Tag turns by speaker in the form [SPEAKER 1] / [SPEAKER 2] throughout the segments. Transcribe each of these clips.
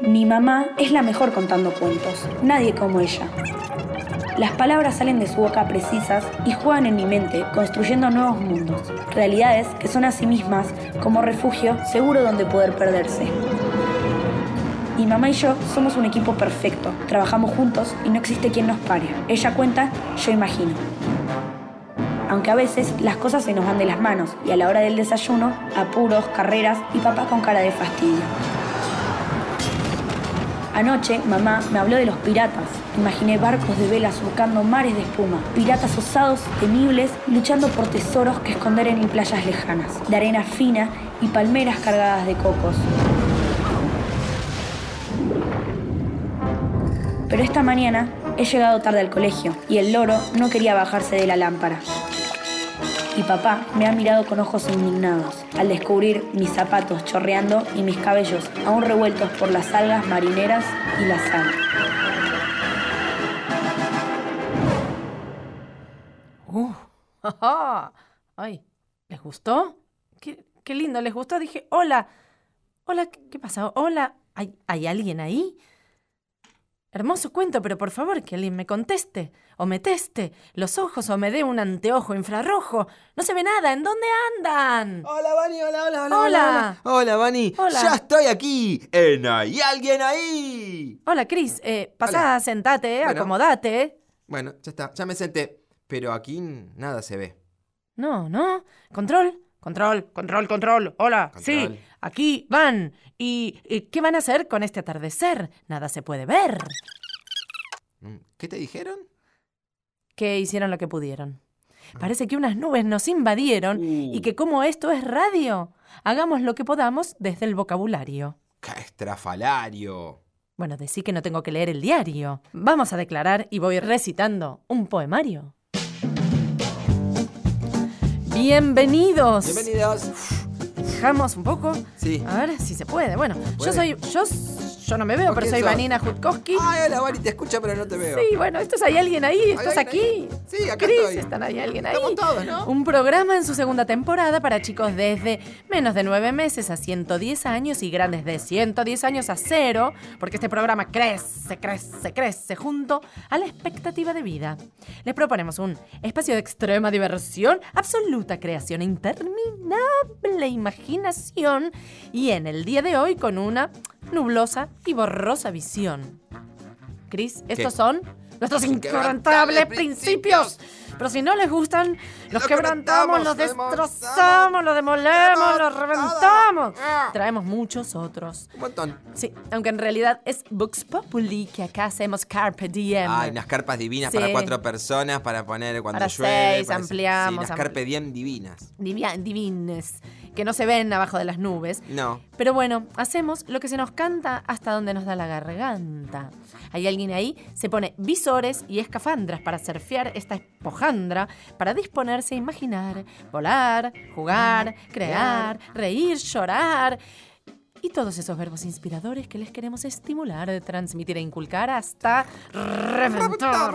[SPEAKER 1] Mi mamá es la mejor contando cuentos, nadie como ella. Las palabras salen de su boca precisas y juegan en mi mente, construyendo nuevos mundos, realidades que son a sí mismas como refugio seguro donde poder perderse. Mi mamá y yo somos un equipo perfecto, trabajamos juntos y no existe quien nos pare. Ella cuenta, yo imagino. Aunque a veces las cosas se nos van de las manos y a la hora del desayuno, apuros, carreras y papá con cara de fastidio. Anoche, mamá me habló de los piratas. Imaginé barcos de vela surcando mares de espuma, piratas osados, temibles, luchando por tesoros que esconder en playas lejanas, de arena fina y palmeras cargadas de cocos. Pero esta mañana he llegado tarde al colegio y el loro no quería bajarse de la lámpara. Y papá me ha mirado con ojos indignados al descubrir mis zapatos chorreando y mis cabellos aún revueltos por las algas marineras y la sal.
[SPEAKER 2] Uh, ajá. Ay, ¿les gustó? Qué, qué lindo, ¿les gustó? Dije, hola. Hola, ¿qué, qué pasa? Hola, ¿Hay, ¿hay alguien ahí? Hermoso cuento, pero por favor que alguien me conteste, o me teste los ojos, o me dé un anteojo infrarrojo. No se ve nada, ¿en dónde andan?
[SPEAKER 3] Hola, Vani, hola, hola, hola.
[SPEAKER 2] Hola.
[SPEAKER 3] Hola, hola Vani.
[SPEAKER 2] Hola.
[SPEAKER 3] Ya estoy aquí. En Hay alguien ahí.
[SPEAKER 2] Hola, Cris, eh, pasá,
[SPEAKER 3] Hola.
[SPEAKER 2] sentate, eh,
[SPEAKER 3] Bueno.
[SPEAKER 2] acomodate. eh.
[SPEAKER 3] Bueno, ya está, ya me senté. Pero aquí nada se ve.
[SPEAKER 2] No, no, control, control, control, control. Hola,
[SPEAKER 3] Control.
[SPEAKER 2] sí, aquí van. ¿Y eh, qué van a hacer con este atardecer? Nada se puede ver.
[SPEAKER 3] Mm, ¿Qué te dijeron? Ah.
[SPEAKER 2] Que hicieron lo que pudieron. Parece que unas nubes nos invadieron y
[SPEAKER 3] Uh.
[SPEAKER 2] que como esto es radio, hagamos lo que podamos desde el vocabulario.
[SPEAKER 3] ¡Qué estrafalario!
[SPEAKER 2] Bueno, decí que no tengo que leer el diario. Vamos a declarar y voy recitando un poemario. Bienvenidos.
[SPEAKER 3] Bienvenidos.
[SPEAKER 2] Dejamos un poco.
[SPEAKER 3] Sí.
[SPEAKER 2] A ver si se puede. Bueno, yo
[SPEAKER 3] puede.
[SPEAKER 2] soy. Yo, s- yo no me veo,
[SPEAKER 3] ¿Vos
[SPEAKER 2] pero
[SPEAKER 3] quién
[SPEAKER 2] soy
[SPEAKER 3] sos?
[SPEAKER 2] Vanina Jutkowski.
[SPEAKER 3] Ay, hola, Vani, te escucho, pero no te veo.
[SPEAKER 2] Sí, bueno, esto es Hay alguien ahí,
[SPEAKER 3] ¿Hay
[SPEAKER 2] estás aquí.
[SPEAKER 3] alguien ahí? Sí, acá
[SPEAKER 2] Cris,
[SPEAKER 3] estoy.
[SPEAKER 2] están ahí alguien ahí.
[SPEAKER 3] Estamos todos, ¿no?
[SPEAKER 2] Un programa en su segunda temporada para chicos desde menos de 9 meses a 110 años y grandes de 110 años a cero, porque este programa crece, crece, crece junto a la expectativa de vida. Les proponemos un espacio de extrema diversión, absoluta creación, e interminable imaginación y en el día de hoy con una nublosa y borrosa visión. Cris, estos son nuestros
[SPEAKER 3] Inquebrantables
[SPEAKER 2] inquebrantables principios. Pero si no les gustan, los
[SPEAKER 3] Los quebrantamos,
[SPEAKER 2] quebrantamos, los
[SPEAKER 3] los destrozamos,
[SPEAKER 2] destrozamos, los demolemos, los
[SPEAKER 3] todo.
[SPEAKER 2] reventamos.
[SPEAKER 3] Ah.
[SPEAKER 2] Traemos muchos otros.
[SPEAKER 3] Un montón.
[SPEAKER 2] Sí, aunque en realidad es Vox Populi que acá hacemos Carpe Diem.
[SPEAKER 3] Ay, unas carpas divinas
[SPEAKER 2] Sí.
[SPEAKER 3] para cuatro personas, para poner cuando
[SPEAKER 2] Para
[SPEAKER 3] llueve.
[SPEAKER 2] seis,
[SPEAKER 3] para- sí,
[SPEAKER 2] ampliamos,
[SPEAKER 3] unas
[SPEAKER 2] ampli-
[SPEAKER 3] carpe diem divinas.
[SPEAKER 2] Divia- divines, que no se ven abajo de las nubes.
[SPEAKER 3] No.
[SPEAKER 2] Pero bueno, hacemos lo que se nos canta hasta donde nos da la garganta. Hay alguien ahí, se pone visores y escafandras para surfear esta espojandra, para disponerse a imaginar, volar, jugar, crear, reír, llorar. Y todos esos verbos inspiradores que les queremos estimular, transmitir e inculcar hasta reventar.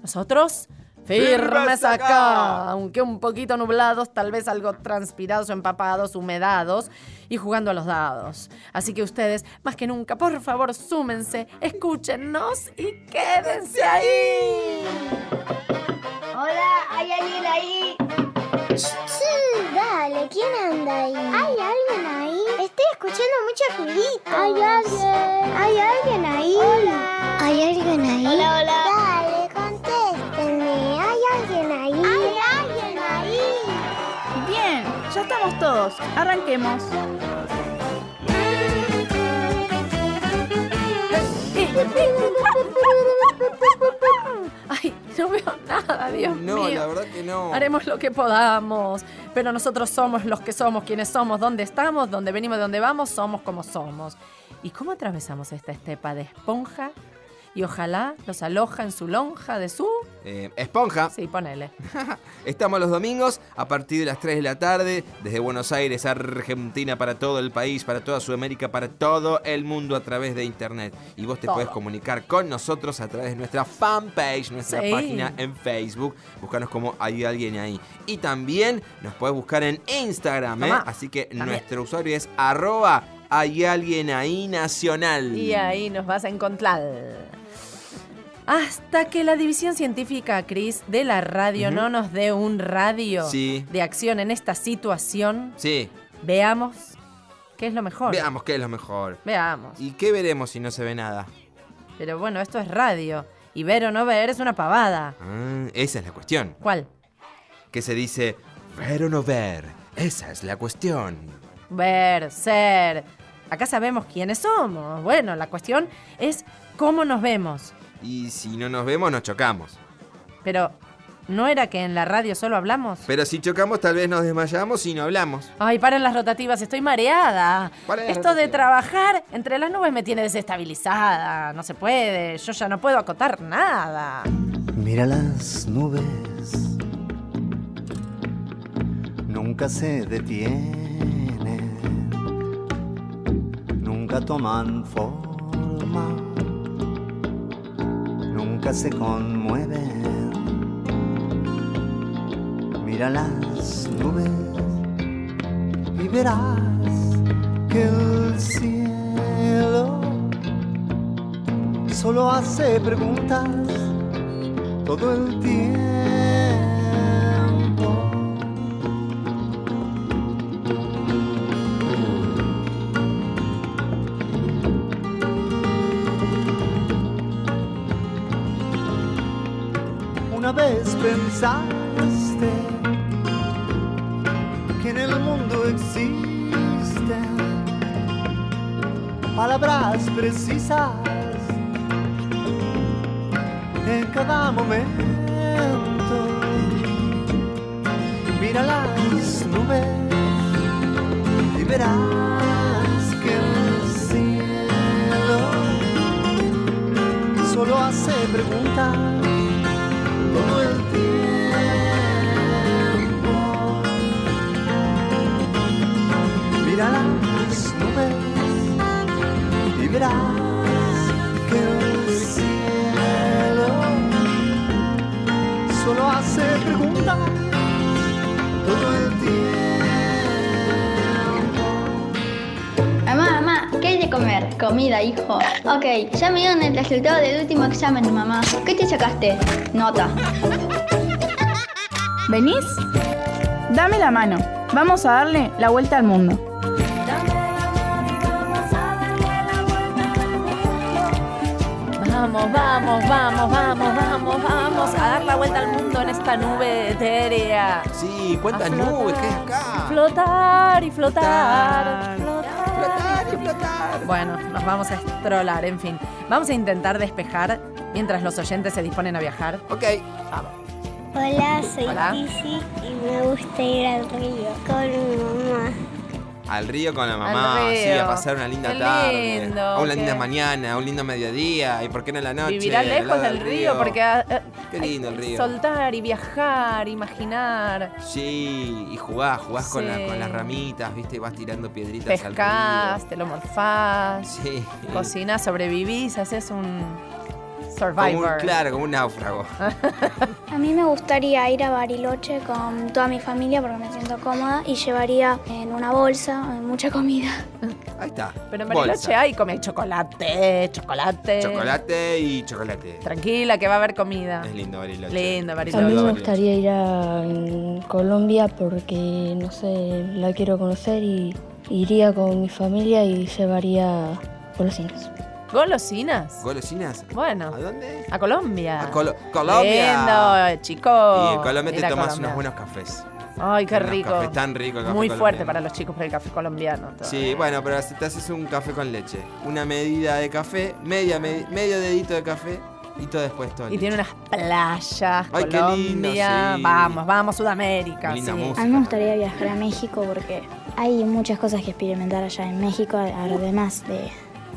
[SPEAKER 2] Nosotros, firmes
[SPEAKER 3] Firmes
[SPEAKER 2] acá,
[SPEAKER 3] acá.
[SPEAKER 2] aunque un poquito nublados, tal vez algo transpirados o empapados, humedados y jugando a los dados. Así que ustedes, más que nunca, por favor, súmense, escúchenos y quédense ahí.
[SPEAKER 4] Hola, ¿hay alguien ahí?
[SPEAKER 5] Sí, dale, ¿quién anda ahí?
[SPEAKER 4] ¿Hay alguien ahí?
[SPEAKER 5] Estoy escuchando muchos ruiditos.
[SPEAKER 4] ¿Hay alguien?
[SPEAKER 5] ¿Hay alguien ahí?
[SPEAKER 4] Hola.
[SPEAKER 5] ¿Hay alguien ahí?
[SPEAKER 4] Hola, hola.
[SPEAKER 5] Dale, contéstenme. ¿Hay alguien ahí?
[SPEAKER 4] ¿Hay alguien ahí?
[SPEAKER 6] Bien, ya estamos todos. Arranquemos. Eh.
[SPEAKER 2] Ay, no veo nada, Dios
[SPEAKER 3] No,
[SPEAKER 2] mío.
[SPEAKER 3] la verdad que no.
[SPEAKER 2] Haremos lo que podamos, pero nosotros somos los que somos, quienes somos, dónde estamos, dónde venimos, dónde vamos, somos como somos. ¿Y cómo atravesamos esta estepa de esponja? Y ojalá los aloja en su lonja de su...
[SPEAKER 3] Eh, esponja.
[SPEAKER 2] Sí, ponele.
[SPEAKER 3] Estamos los domingos a partir de las 3 de la tarde, desde Buenos Aires, Argentina, para todo el país, para toda Sudamérica, para todo el mundo a través de internet. Y vos te
[SPEAKER 2] Todo.
[SPEAKER 3] podés comunicar con nosotros a través de nuestra fanpage, nuestra
[SPEAKER 2] Sí.
[SPEAKER 3] página en Facebook. Buscanos como hay alguien ahí. Y también nos podés buscar en Instagram, ¿eh?
[SPEAKER 2] Tomá.
[SPEAKER 3] Así que
[SPEAKER 2] También.
[SPEAKER 3] nuestro usuario es arroba Hay alguien ahí nacional.
[SPEAKER 2] Y ahí nos vas a encontrar. Hasta que la división científica, Cris, de la radio no nos dé un radio
[SPEAKER 3] Sí.
[SPEAKER 2] de acción en esta situación,
[SPEAKER 3] Sí,
[SPEAKER 2] veamos qué es lo mejor.
[SPEAKER 3] veamos qué es lo mejor.
[SPEAKER 2] Veamos.
[SPEAKER 3] ¿Y qué veremos si no se ve nada?
[SPEAKER 2] Pero bueno, esto es radio. Y ver o no ver es una pavada.
[SPEAKER 3] Ah, esa es la cuestión.
[SPEAKER 2] ¿Cuál?
[SPEAKER 3] Que se dice ver o no ver. Esa es la cuestión.
[SPEAKER 2] Ver, ser. Acá sabemos quiénes somos. Bueno, la cuestión es cómo nos vemos.
[SPEAKER 3] Y si no nos vemos, nos chocamos.
[SPEAKER 2] Pero, ¿no era que en la radio solo hablamos?
[SPEAKER 3] Pero si chocamos, tal vez nos desmayamos y no hablamos.
[SPEAKER 2] Ay, paren las rotativas, estoy mareada.
[SPEAKER 3] Paren las
[SPEAKER 2] Esto de
[SPEAKER 3] rotativas.
[SPEAKER 2] trabajar entre las nubes me tiene desestabilizada. No se puede, yo ya no puedo acotar nada.
[SPEAKER 7] Mira las nubes, nunca se detienen, nunca toman forma, nunca se conmueven. Mira las nubes y verás que el cielo solo hace preguntas todo el tiempo. Una vez pensaste que en el mundo existen palabras precisas en cada momento. Mira las nubes y verás que el cielo solo hace preguntas todo el tiempo. Mira las nubes y verás que el cielo solo hace preguntas todo el tiempo.
[SPEAKER 5] Mamá, mamá, ¿qué hay de comer? Comida, hijo. Ok, ya me dieron el resultado del último examen, mamá. ¿Qué te sacaste? Nota.
[SPEAKER 6] ¿Venís? Dame la mano. Vamos a darle la vuelta al mundo.
[SPEAKER 2] Vamos, vamos, vamos, vamos, vamos, vamos a dar la vuelta al mundo en esta nube etérea.
[SPEAKER 3] Sí, cuántas
[SPEAKER 2] A flotar.
[SPEAKER 3] nubes que hay acá.
[SPEAKER 2] Flotar y flotar.
[SPEAKER 3] flotar y flotar.
[SPEAKER 2] Bueno, nos vamos a estrolar, en fin. Vamos a intentar despejar mientras los oyentes se disponen a viajar.
[SPEAKER 3] Ok, Ah,
[SPEAKER 5] Hola, soy
[SPEAKER 2] Hola.
[SPEAKER 5] Tizi y me gusta ir al río con mi mamá.
[SPEAKER 3] al río con la mamá,
[SPEAKER 2] Al
[SPEAKER 3] sí,
[SPEAKER 2] río.
[SPEAKER 3] a pasar una linda
[SPEAKER 2] Qué
[SPEAKER 3] tarde,
[SPEAKER 2] lindo,
[SPEAKER 3] a una
[SPEAKER 2] qué-
[SPEAKER 3] linda mañana, a un lindo mediodía, y por qué no en la noche.
[SPEAKER 2] Vivirá
[SPEAKER 3] al
[SPEAKER 2] lejos
[SPEAKER 3] lado
[SPEAKER 2] del río, porque... ah, ah,
[SPEAKER 3] Qué lindo el río.
[SPEAKER 2] Soltar y viajar, imaginar,
[SPEAKER 3] Sí, y jugás, jugás con, la-
[SPEAKER 2] Sí.
[SPEAKER 3] con las ramitas, viste, y vas tirando piedritas al
[SPEAKER 2] pescás,
[SPEAKER 3] río.
[SPEAKER 2] te lo morfás,
[SPEAKER 3] Sí.
[SPEAKER 2] cocinás, sobrevivís, haces un
[SPEAKER 3] Como un,
[SPEAKER 2] survivor.
[SPEAKER 3] claro, como un náufrago.
[SPEAKER 4] A mí me gustaría ir a Bariloche con toda mi familia porque me siento cómoda y llevaría en una bolsa eh, mucha comida.
[SPEAKER 3] Ahí está.
[SPEAKER 2] Pero en Bariloche
[SPEAKER 3] bolsa.
[SPEAKER 2] hay come chocolate, chocolate.
[SPEAKER 3] Chocolate y chocolate.
[SPEAKER 2] Tranquila, que va a haber comida.
[SPEAKER 3] Es lindo Bariloche.
[SPEAKER 2] Lindo,
[SPEAKER 8] A
[SPEAKER 2] Bariloche.
[SPEAKER 8] mí me gustaría ir a mm, Colombia porque, no sé, la quiero conocer y iría con mi familia y llevaría golosinas.
[SPEAKER 2] Golosinas.
[SPEAKER 3] ¿Golosinas?
[SPEAKER 2] Bueno,
[SPEAKER 3] ¿A dónde?
[SPEAKER 2] a Colombia.
[SPEAKER 3] A Colo- Colombia.
[SPEAKER 2] Lindo, chicos.
[SPEAKER 3] Y en Colombia te
[SPEAKER 2] Ir a
[SPEAKER 3] tomas
[SPEAKER 2] Colombia.
[SPEAKER 3] unos buenos cafés.
[SPEAKER 2] Ay, qué
[SPEAKER 3] Unos
[SPEAKER 2] rico.
[SPEAKER 3] cafés tan rico el café
[SPEAKER 2] Muy fuerte
[SPEAKER 3] colombiano.
[SPEAKER 2] para los chicos, pero el café colombiano. todo.
[SPEAKER 3] Sí, bueno, pero si te haces un café con leche. Una medida de café, media, me- medio dedito de café y todo después todo.
[SPEAKER 2] Y tiene unas playas,
[SPEAKER 3] Ay, qué
[SPEAKER 2] Colombia.
[SPEAKER 3] lindo, sí.
[SPEAKER 2] Vamos, vamos, Sudamérica.
[SPEAKER 3] Linda
[SPEAKER 2] sí.
[SPEAKER 3] música.
[SPEAKER 9] A mí me gustaría viajar a México porque hay muchas cosas que experimentar allá en México, además de,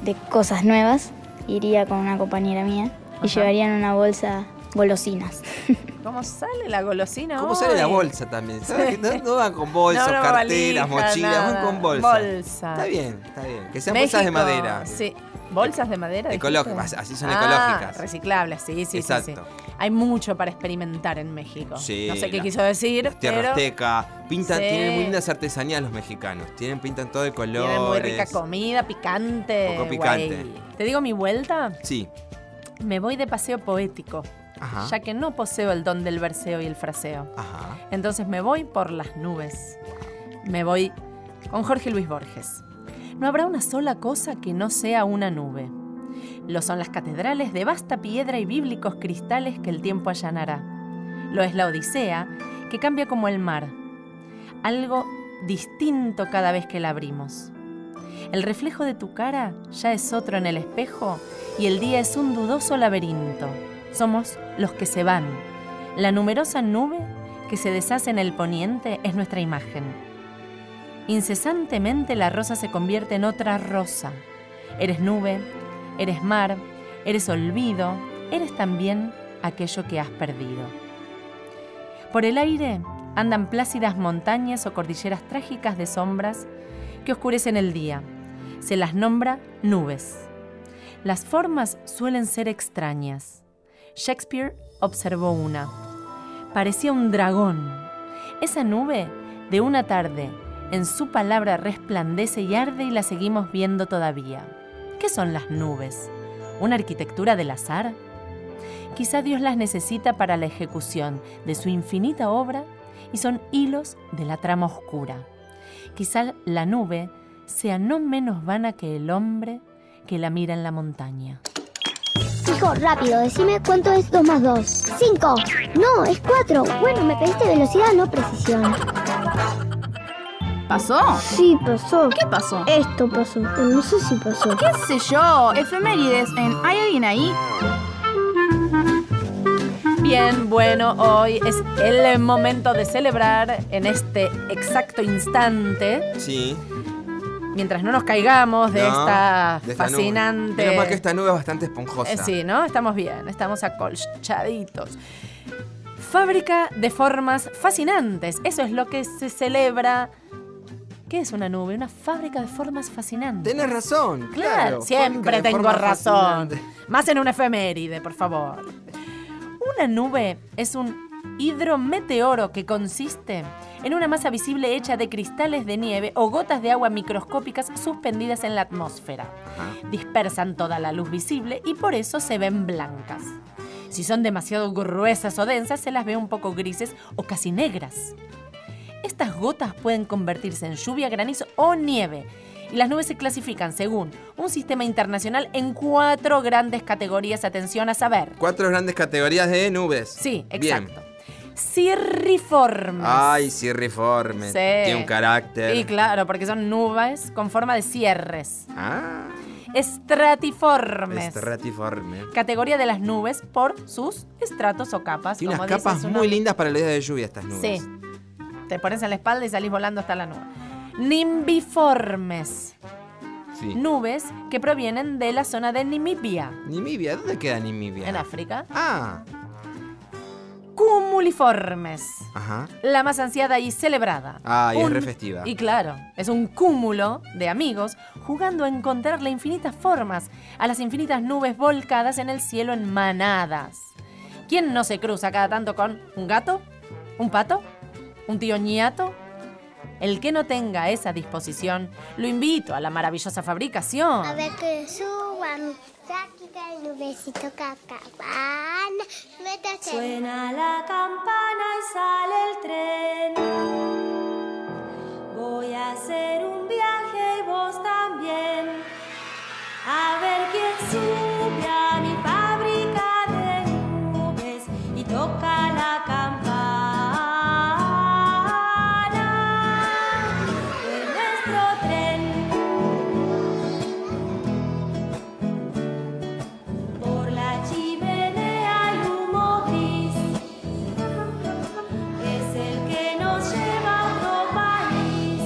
[SPEAKER 9] de cosas nuevas. Iría con una compañera mía y
[SPEAKER 2] Ajá.
[SPEAKER 9] llevarían una bolsa golosinas.
[SPEAKER 2] ¿Cómo sale la golosina
[SPEAKER 3] ¿Cómo
[SPEAKER 2] hoy?
[SPEAKER 3] sale la bolsa también? ¿Sabes que no, no van con bolsos,
[SPEAKER 2] No, no,
[SPEAKER 3] carteras,
[SPEAKER 2] valija,
[SPEAKER 3] mochilas,
[SPEAKER 2] nada.
[SPEAKER 3] van con bolsas.
[SPEAKER 2] Bolsa.
[SPEAKER 3] Está bien, está bien. Que sean
[SPEAKER 2] México,
[SPEAKER 3] bolsas de madera.
[SPEAKER 2] Sí. Bolsas de madera. dijiste?
[SPEAKER 3] Ecológicas, así son
[SPEAKER 2] Ah,
[SPEAKER 3] ecológicas.
[SPEAKER 2] Reciclables, sí, sí, sí, sí.
[SPEAKER 3] Exacto.
[SPEAKER 2] Hay mucho para experimentar en México.
[SPEAKER 3] Sí,
[SPEAKER 2] no sé qué
[SPEAKER 3] la-
[SPEAKER 2] quiso decir,
[SPEAKER 3] Tierra
[SPEAKER 2] pero
[SPEAKER 3] azteca. Pintan,
[SPEAKER 2] Sí.
[SPEAKER 3] tienen muy lindas artesanías los mexicanos. Tienen, pintan todo de colores.
[SPEAKER 2] tienen muy rica comida, picante.
[SPEAKER 3] Poco picante.
[SPEAKER 2] güey. Te digo mi vuelta,
[SPEAKER 3] Sí.
[SPEAKER 2] me voy de paseo poético,
[SPEAKER 3] Ajá.
[SPEAKER 2] ya que no poseo el don del verseo y el fraseo.
[SPEAKER 3] Ajá.
[SPEAKER 2] Entonces me voy por las nubes. Me voy con Jorge Luis Borges. No habrá una sola cosa que no sea una nube. Lo son las catedrales de vasta piedra y bíblicos cristales que el tiempo allanará. Lo es la Odisea, que cambia como el mar. Algo distinto cada vez que la abrimos. El reflejo de tu cara ya es otro en el espejo y el día es un dudoso laberinto. Somos los que se van. La numerosa nube que se deshace en el poniente es nuestra imagen. Incesantemente la rosa se convierte en otra rosa. Eres nube, eres mar, eres olvido, eres también aquello que has perdido. Por el aire andan plácidas montañas o cordilleras trágicas de sombras que oscurecen el día. Se las nombra nubes. Las formas suelen ser extrañas. Shakespeare observó una. Parecía un dragón. Esa nube de una tarde en su palabra resplandece y arde y la seguimos viendo todavía. ¿Qué son las nubes? ¿Una arquitectura del azar? Quizá Dios las necesita para la ejecución de su infinita obra y son hilos de la trama oscura. Quizá la nube sea no menos vana que el hombre que la mira en la montaña.
[SPEAKER 10] Hijo, rápido, decime cuánto es 2 más 2. 5. No, es 4. Bueno, me pediste velocidad, no precisión.
[SPEAKER 6] ¿Pasó?
[SPEAKER 10] Sí, pasó.
[SPEAKER 6] ¿Qué pasó?
[SPEAKER 10] Esto pasó. Eh, No sé si pasó.
[SPEAKER 6] ¿Qué sé yo? Efemérides en ¿Hay alguien ahí?
[SPEAKER 2] Bien, bueno, hoy es el momento de celebrar en este exacto instante,
[SPEAKER 3] Sí.
[SPEAKER 2] mientras no nos caigamos de
[SPEAKER 3] No,
[SPEAKER 2] esta
[SPEAKER 3] de esta nube.
[SPEAKER 2] fascinante...
[SPEAKER 3] Menos mal que esta nube es bastante esponjosa.
[SPEAKER 2] Eh, sí, ¿no? Estamos bien, estamos acolchaditos. Fábrica de formas fascinantes. Eso es lo que se celebra. ¿Qué es una nube? Una fábrica de formas fascinantes.
[SPEAKER 3] Tienes razón.
[SPEAKER 2] Claro,
[SPEAKER 3] Claro.
[SPEAKER 2] siempre
[SPEAKER 3] fábrica de
[SPEAKER 2] tengo
[SPEAKER 3] formas
[SPEAKER 2] razón.
[SPEAKER 3] fascinantes.
[SPEAKER 2] Más en una efeméride, por favor. Una nube es un hidrometeoro que consiste en una masa visible hecha de cristales de nieve o gotas de agua microscópicas suspendidas en la atmósfera. Dispersan toda la luz visible y por eso se ven blancas. Si son demasiado gruesas o densas, se las ve un poco grises o casi negras. Estas gotas pueden convertirse en lluvia, granizo o nieve. Y las nubes se clasifican según un sistema internacional en cuatro grandes categorías. Atención a saber.
[SPEAKER 3] Cuatro grandes categorías de nubes.
[SPEAKER 2] Sí,
[SPEAKER 3] Bien.
[SPEAKER 2] exacto. Cirriformes.
[SPEAKER 3] Ay, cirriforme.
[SPEAKER 2] Sí.
[SPEAKER 3] Tiene un carácter.
[SPEAKER 2] Y claro, porque son nubes con forma de cierres.
[SPEAKER 3] Ah,
[SPEAKER 2] Estratiformes.
[SPEAKER 3] estratiforme.
[SPEAKER 2] categoría de las nubes por sus estratos o capas.
[SPEAKER 3] Tiene unas
[SPEAKER 2] como dice
[SPEAKER 3] capas
[SPEAKER 2] su
[SPEAKER 3] muy
[SPEAKER 2] nombre.
[SPEAKER 3] lindas para los días de lluvia estas nubes.
[SPEAKER 2] Sí. Te pones en la espalda y salís volando hasta la nube. Nimbiformes.
[SPEAKER 3] Sí.
[SPEAKER 2] Nubes que provienen de la zona de Namibia,
[SPEAKER 3] Nimibia, ¿dónde queda Nimibia?
[SPEAKER 2] en África.
[SPEAKER 3] Ah,
[SPEAKER 2] Cumuliformes.
[SPEAKER 3] ajá.
[SPEAKER 2] La más ansiada y celebrada.
[SPEAKER 3] Ah, y es
[SPEAKER 2] Un-
[SPEAKER 3] re festiva.
[SPEAKER 2] Y claro, es un cúmulo de amigos jugando a encontrarle infinitas formas a las infinitas nubes volcadas en el cielo en manadas. ¿Quién no se cruza cada tanto con un gato? ¿Un pato? ¿Un tío ñato? El que no tenga esa disposición, lo invito a la maravillosa fabricación.
[SPEAKER 10] A ver que suban, saca el nubecito cacabana, métase. Suena la campana y sale el tren. Voy a hacer un viaje y vos también. A ver quién sube a mi fábrica de nubes y toca la campana de nuestro tren. Por la chimenea el humo gris es el que nos lleva a otro país.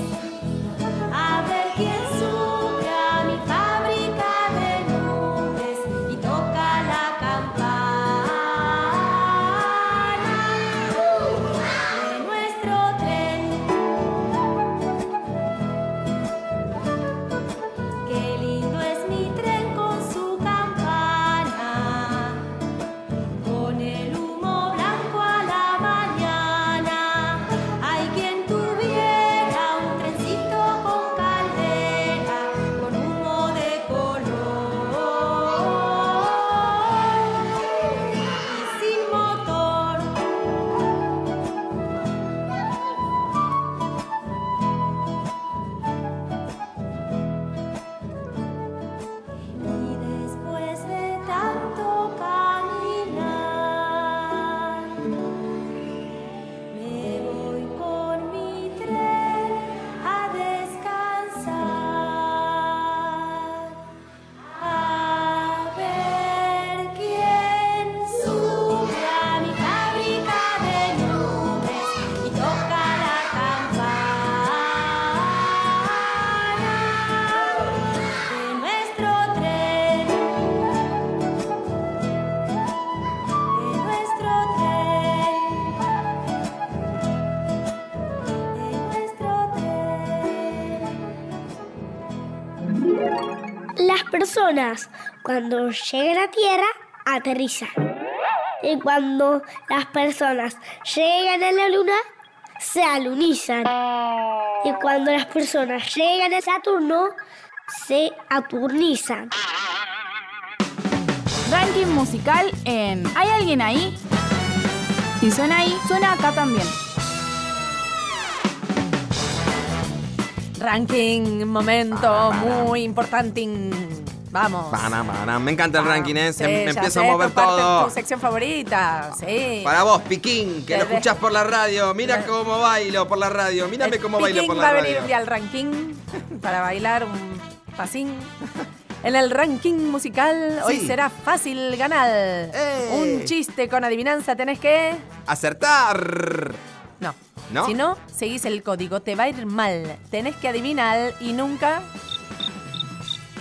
[SPEAKER 10] las personas cuando llegan a tierra aterrizan. Y cuando las personas llegan a la luna, se alunizan. Y cuando las personas llegan a Saturno, se aturnizan.
[SPEAKER 6] Ranking musical en ¿Hay alguien ahí? Si suena ahí, suena acá también.
[SPEAKER 2] Ranking,
[SPEAKER 3] Ah,
[SPEAKER 2] momento muy importante. Vamos.
[SPEAKER 3] Pana, pana. Me encanta el ranking, ¿eh? Se-
[SPEAKER 2] Ah, Sí,
[SPEAKER 3] me
[SPEAKER 2] ya
[SPEAKER 3] empieza a
[SPEAKER 2] sé,
[SPEAKER 3] mover
[SPEAKER 2] tu parte-
[SPEAKER 3] todo.
[SPEAKER 2] Tu sección favorita, sí.
[SPEAKER 3] Para vos, Piquín, que lo
[SPEAKER 2] Desde-
[SPEAKER 3] escuchás por la radio. Mira cómo bailo por la radio. Mírame cómo bailo
[SPEAKER 2] Eh, Piquín
[SPEAKER 3] por
[SPEAKER 2] va
[SPEAKER 3] la
[SPEAKER 2] a venir
[SPEAKER 3] radio.
[SPEAKER 2] un día al ranking para bailar un pasín. En el ranking musical hoy
[SPEAKER 3] Sí. ¡Eh!
[SPEAKER 2] será fácil ganar. Un chiste con adivinanza tenés que...
[SPEAKER 3] Acertar.
[SPEAKER 2] No.
[SPEAKER 3] ¿No?
[SPEAKER 2] Si no, seguís el código, te va a ir mal. Tenés que adivinar y nunca...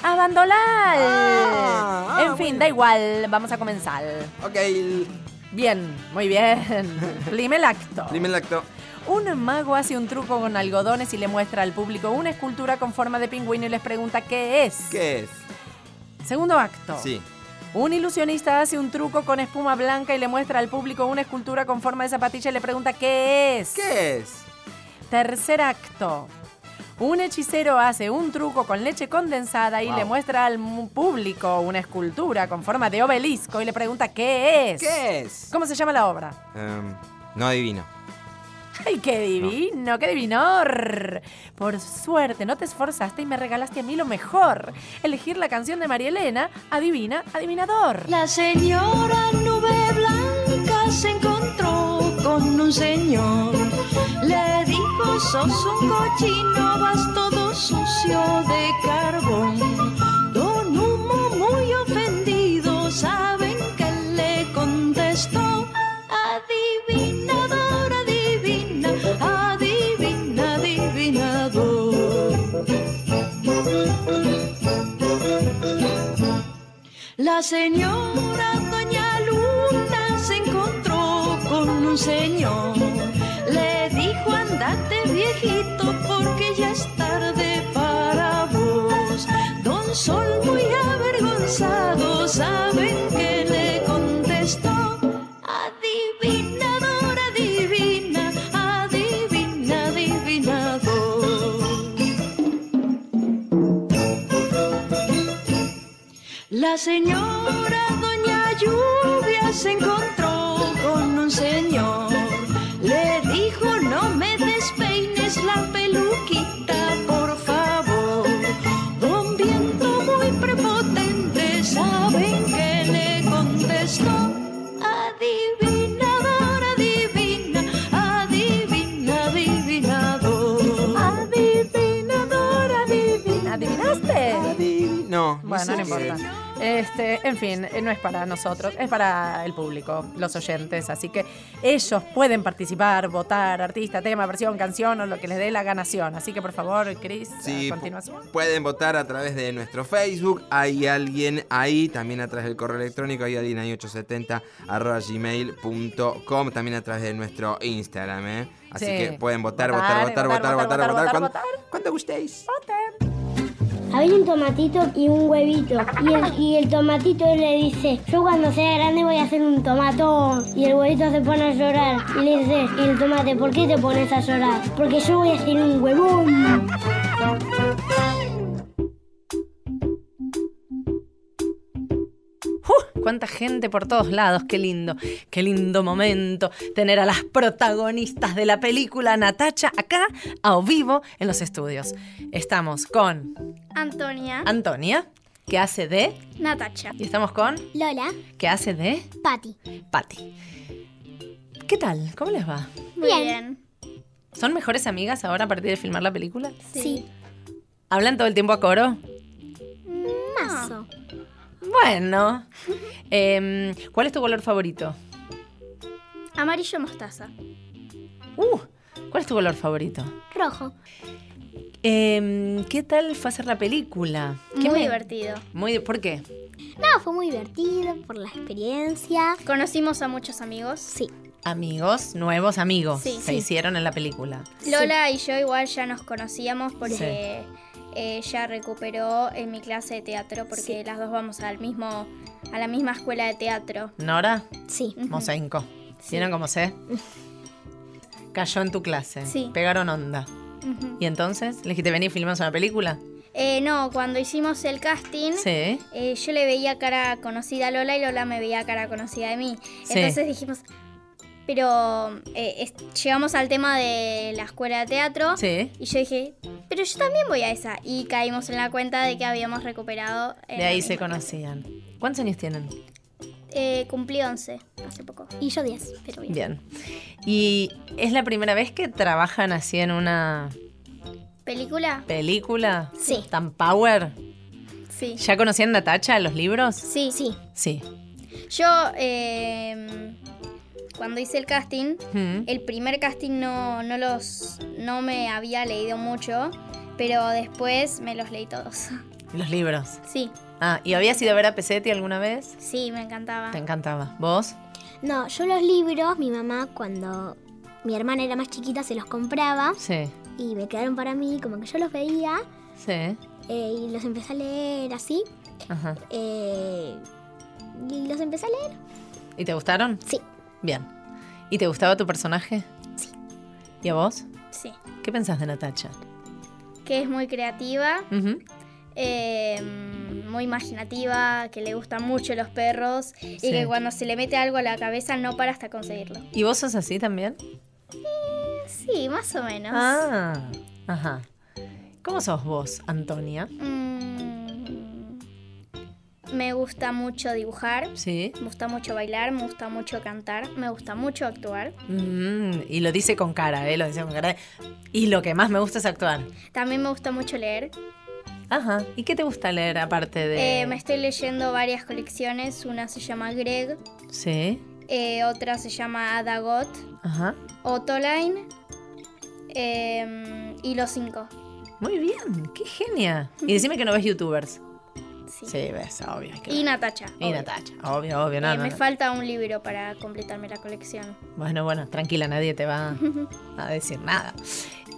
[SPEAKER 2] ¡Abandonar!
[SPEAKER 3] ah,
[SPEAKER 2] en fin, da igual, vamos a comenzar.
[SPEAKER 3] Ok.
[SPEAKER 2] Bien, muy bien. Primer acto.
[SPEAKER 3] Dime el acto.
[SPEAKER 2] Un mago hace un truco con algodones y le muestra al público una escultura con forma de pingüino y les pregunta qué es.
[SPEAKER 3] ¿Qué es?
[SPEAKER 2] Segundo acto.
[SPEAKER 3] Sí.
[SPEAKER 2] Un ilusionista hace un truco con espuma blanca y le muestra al público una escultura con forma de zapatilla y le pregunta qué es.
[SPEAKER 3] ¿Qué es?
[SPEAKER 2] Tercer acto. Un hechicero hace un truco con leche condensada y
[SPEAKER 3] Wow.
[SPEAKER 2] le muestra al mu- público una escultura con forma de obelisco y le pregunta qué es.
[SPEAKER 3] ¿Qué es?
[SPEAKER 2] ¿Cómo se llama la obra?
[SPEAKER 3] Em, no adivino.
[SPEAKER 2] ¡Ay, qué divino, qué divinor! Por suerte, no te esforzaste y me regalaste a mí lo mejor. Elegir la canción de María Elena, Adivina, Adivinador.
[SPEAKER 11] La señora nube blanca se encontró con un señor. Le dijo, sos un cochino, vas todo sucio de carbón. Don Humo muy ofendido, ¿saben que le contestó? Adivinador, adivina, adivina, adivinador. La señora Doña Luna se encontró con un señor. Le dijo, andate viejito porque ya es tarde para vos. Don Sol muy avergonzado, ¿saben que le contestó? Adivinador, adivina, adivina, adivinador. La señora Doña Lluvia se encontró con un señor. Le dijo, no me despeines la peluquita, por favor. Don Viento muy prepotente, ¿saben qué le contestó? Adivinador, adivina, adivina, adivinador. Adivinador, adivina.
[SPEAKER 2] ¿Adivinaste?
[SPEAKER 3] No.
[SPEAKER 2] Bueno, no,
[SPEAKER 3] sé qué
[SPEAKER 2] importa.
[SPEAKER 3] es.
[SPEAKER 2] Este, en fin, eh, no es para nosotros, es para el público, los oyentes. Así que ellos pueden participar, votar, artista, tema, versión, canción o lo que les dé la ganación. Así que por favor, Chris,
[SPEAKER 3] Sí,
[SPEAKER 2] a continuación.
[SPEAKER 3] Pueden votar a través de nuestro Facebook, hay alguien ahí, también a través del correo electrónico, hay alguien ahí 870 arroba gmail.com, también a través de nuestro Instagram, ¿eh? Así
[SPEAKER 10] Sí.
[SPEAKER 3] que pueden votar, votar, votar, votar, votar, votar, cuando- cuando gustéis.
[SPEAKER 10] Había un tomatito y un huevito. Y el, y el tomatito le dice, yo cuando sea grande voy a hacer un tomatón. Y el huevito se pone a llorar. Y le dice, y el tomate, ¿por qué te pones a llorar? Porque yo voy a hacer un huevón.
[SPEAKER 2] ¡Uh! ¡Cuánta gente por todos lados! ¡Qué lindo! ¡Qué lindo momento! Tener a las protagonistas de la película Natacha acá, a vivo, en los estudios. Estamos con
[SPEAKER 4] Antonia.
[SPEAKER 2] Antonia, que hace de...
[SPEAKER 4] Natacha.
[SPEAKER 2] Y estamos con...
[SPEAKER 4] Lola.
[SPEAKER 2] que hace de
[SPEAKER 4] Patti.
[SPEAKER 2] Patty. ¿Qué tal? ¿Cómo les va?
[SPEAKER 4] Muy bien.
[SPEAKER 2] ¿Son mejores amigas ahora a partir de filmar la película?
[SPEAKER 4] Sí.
[SPEAKER 2] ¿Hablan todo el tiempo a coro?
[SPEAKER 4] Mazo.
[SPEAKER 2] Bueno. Em, ¿Cuál es tu color favorito?
[SPEAKER 4] Amarillo mostaza.
[SPEAKER 2] Uh, ¿Cuál es tu color favorito?
[SPEAKER 4] Rojo.
[SPEAKER 2] Em, ¿Qué tal fue hacer la película? ¿Qué
[SPEAKER 4] Muy
[SPEAKER 2] me-
[SPEAKER 4] divertido.
[SPEAKER 2] Muy de- ¿Por qué?
[SPEAKER 4] No, fue muy divertido por la experiencia. ¿Conocimos a muchos amigos? Sí.
[SPEAKER 2] Amigos, nuevos amigos
[SPEAKER 4] Sí.
[SPEAKER 2] se
[SPEAKER 4] Sí.
[SPEAKER 2] hicieron en la película.
[SPEAKER 4] Lola y yo igual ya nos conocíamos porque eh, ella recuperó en mi clase de teatro porque las dos vamos al mismo, a la misma escuela de teatro.
[SPEAKER 2] ¿Nora?
[SPEAKER 4] Sí.
[SPEAKER 2] Mosenco. ¿Vieron cómo sé? Cayó en tu clase.
[SPEAKER 4] Sí.
[SPEAKER 2] Pegaron onda. ¿Y entonces? ¿Le dijiste venir filmamos una película?
[SPEAKER 4] Eh, no, cuando hicimos el casting,
[SPEAKER 2] Sí.
[SPEAKER 4] eh, yo le veía cara conocida a Lola y Lola me veía cara conocida de mí.
[SPEAKER 2] Sí.
[SPEAKER 4] Entonces dijimos, pero eh, es- llegamos al tema de la escuela de teatro
[SPEAKER 2] Sí.
[SPEAKER 4] y yo dije, pero yo también voy a esa. Y caímos en la cuenta de que habíamos recuperado. eh,
[SPEAKER 2] De ahí se conocían. ¿Cuántos años tienen?
[SPEAKER 4] eh, cumplí 11 hace poco. Y yo 10, pero bien.
[SPEAKER 2] Bien. ¿Y es la primera vez que trabajan así en una
[SPEAKER 4] ¿Película?
[SPEAKER 2] película?
[SPEAKER 4] Sí.
[SPEAKER 2] ¿Tan power?
[SPEAKER 4] Sí.
[SPEAKER 2] ¿Ya conocían Natacha los libros?
[SPEAKER 4] Sí. Sí.
[SPEAKER 2] Sí.
[SPEAKER 4] Yo, eh, cuando hice el casting,
[SPEAKER 2] Mm.
[SPEAKER 4] el primer casting no, no los no me había leído mucho, pero después me los leí todos.
[SPEAKER 2] Los libros.
[SPEAKER 4] Sí,
[SPEAKER 2] Ah, ¿y habías ido a ver a Pesetti alguna vez?
[SPEAKER 4] sí, me encantaba.
[SPEAKER 2] Te encantaba. ¿Vos?
[SPEAKER 10] No, yo los libros, mi mamá cuando mi hermana era más chiquita se los compraba
[SPEAKER 2] Sí.
[SPEAKER 10] y me quedaron para mí, como que yo los veía
[SPEAKER 2] Sí.
[SPEAKER 10] eh, y los empecé a leer así.
[SPEAKER 2] Ajá.
[SPEAKER 10] eh, y los empecé a leer.
[SPEAKER 2] ¿Y te gustaron?
[SPEAKER 10] Sí.
[SPEAKER 2] Bien. ¿Y te gustaba tu personaje?
[SPEAKER 10] Sí.
[SPEAKER 2] ¿Y a vos?
[SPEAKER 4] Sí,
[SPEAKER 2] ¿Qué pensás de Natacha?
[SPEAKER 4] que es muy creativa,
[SPEAKER 2] Ujú.
[SPEAKER 4] eh, muy imaginativa, que le gustan mucho los perros
[SPEAKER 2] Sí.
[SPEAKER 4] y que cuando se le mete algo a la cabeza no para hasta conseguirlo.
[SPEAKER 2] ¿Y vos sos así también?
[SPEAKER 4] Sí, más o menos.
[SPEAKER 2] Ah, ajá. ¿Cómo sos vos, Antonia?
[SPEAKER 4] Mm, me gusta mucho dibujar.
[SPEAKER 2] Sí.
[SPEAKER 4] Me gusta mucho bailar, me gusta mucho cantar, me gusta mucho actuar.
[SPEAKER 2] Mm, y lo dice con cara, ¿eh? Lo dice con cara. Y lo que más me gusta es actuar.
[SPEAKER 4] También me gusta mucho leer.
[SPEAKER 2] Ajá. ¿Y qué te gusta leer aparte de...?
[SPEAKER 4] Eh, me estoy leyendo varias colecciones. Una se llama Greg,
[SPEAKER 2] Sí.
[SPEAKER 4] eh, otra se llama Adagot,
[SPEAKER 2] Ajá.
[SPEAKER 4] Otoline em, y Los Cinco.
[SPEAKER 2] Muy bien. Qué genia. Y decime que no ves youtubers. Sí. ves, obvio. es que
[SPEAKER 4] Y
[SPEAKER 2] ves.
[SPEAKER 4] Natacha.
[SPEAKER 2] Y
[SPEAKER 4] obvio.
[SPEAKER 2] Natacha. Obvio, obvio. No,
[SPEAKER 4] Eh,
[SPEAKER 2] no,
[SPEAKER 4] me
[SPEAKER 2] no.
[SPEAKER 4] falta un libro para completarme la colección.
[SPEAKER 2] Bueno, bueno, tranquila, nadie te va a decir nada.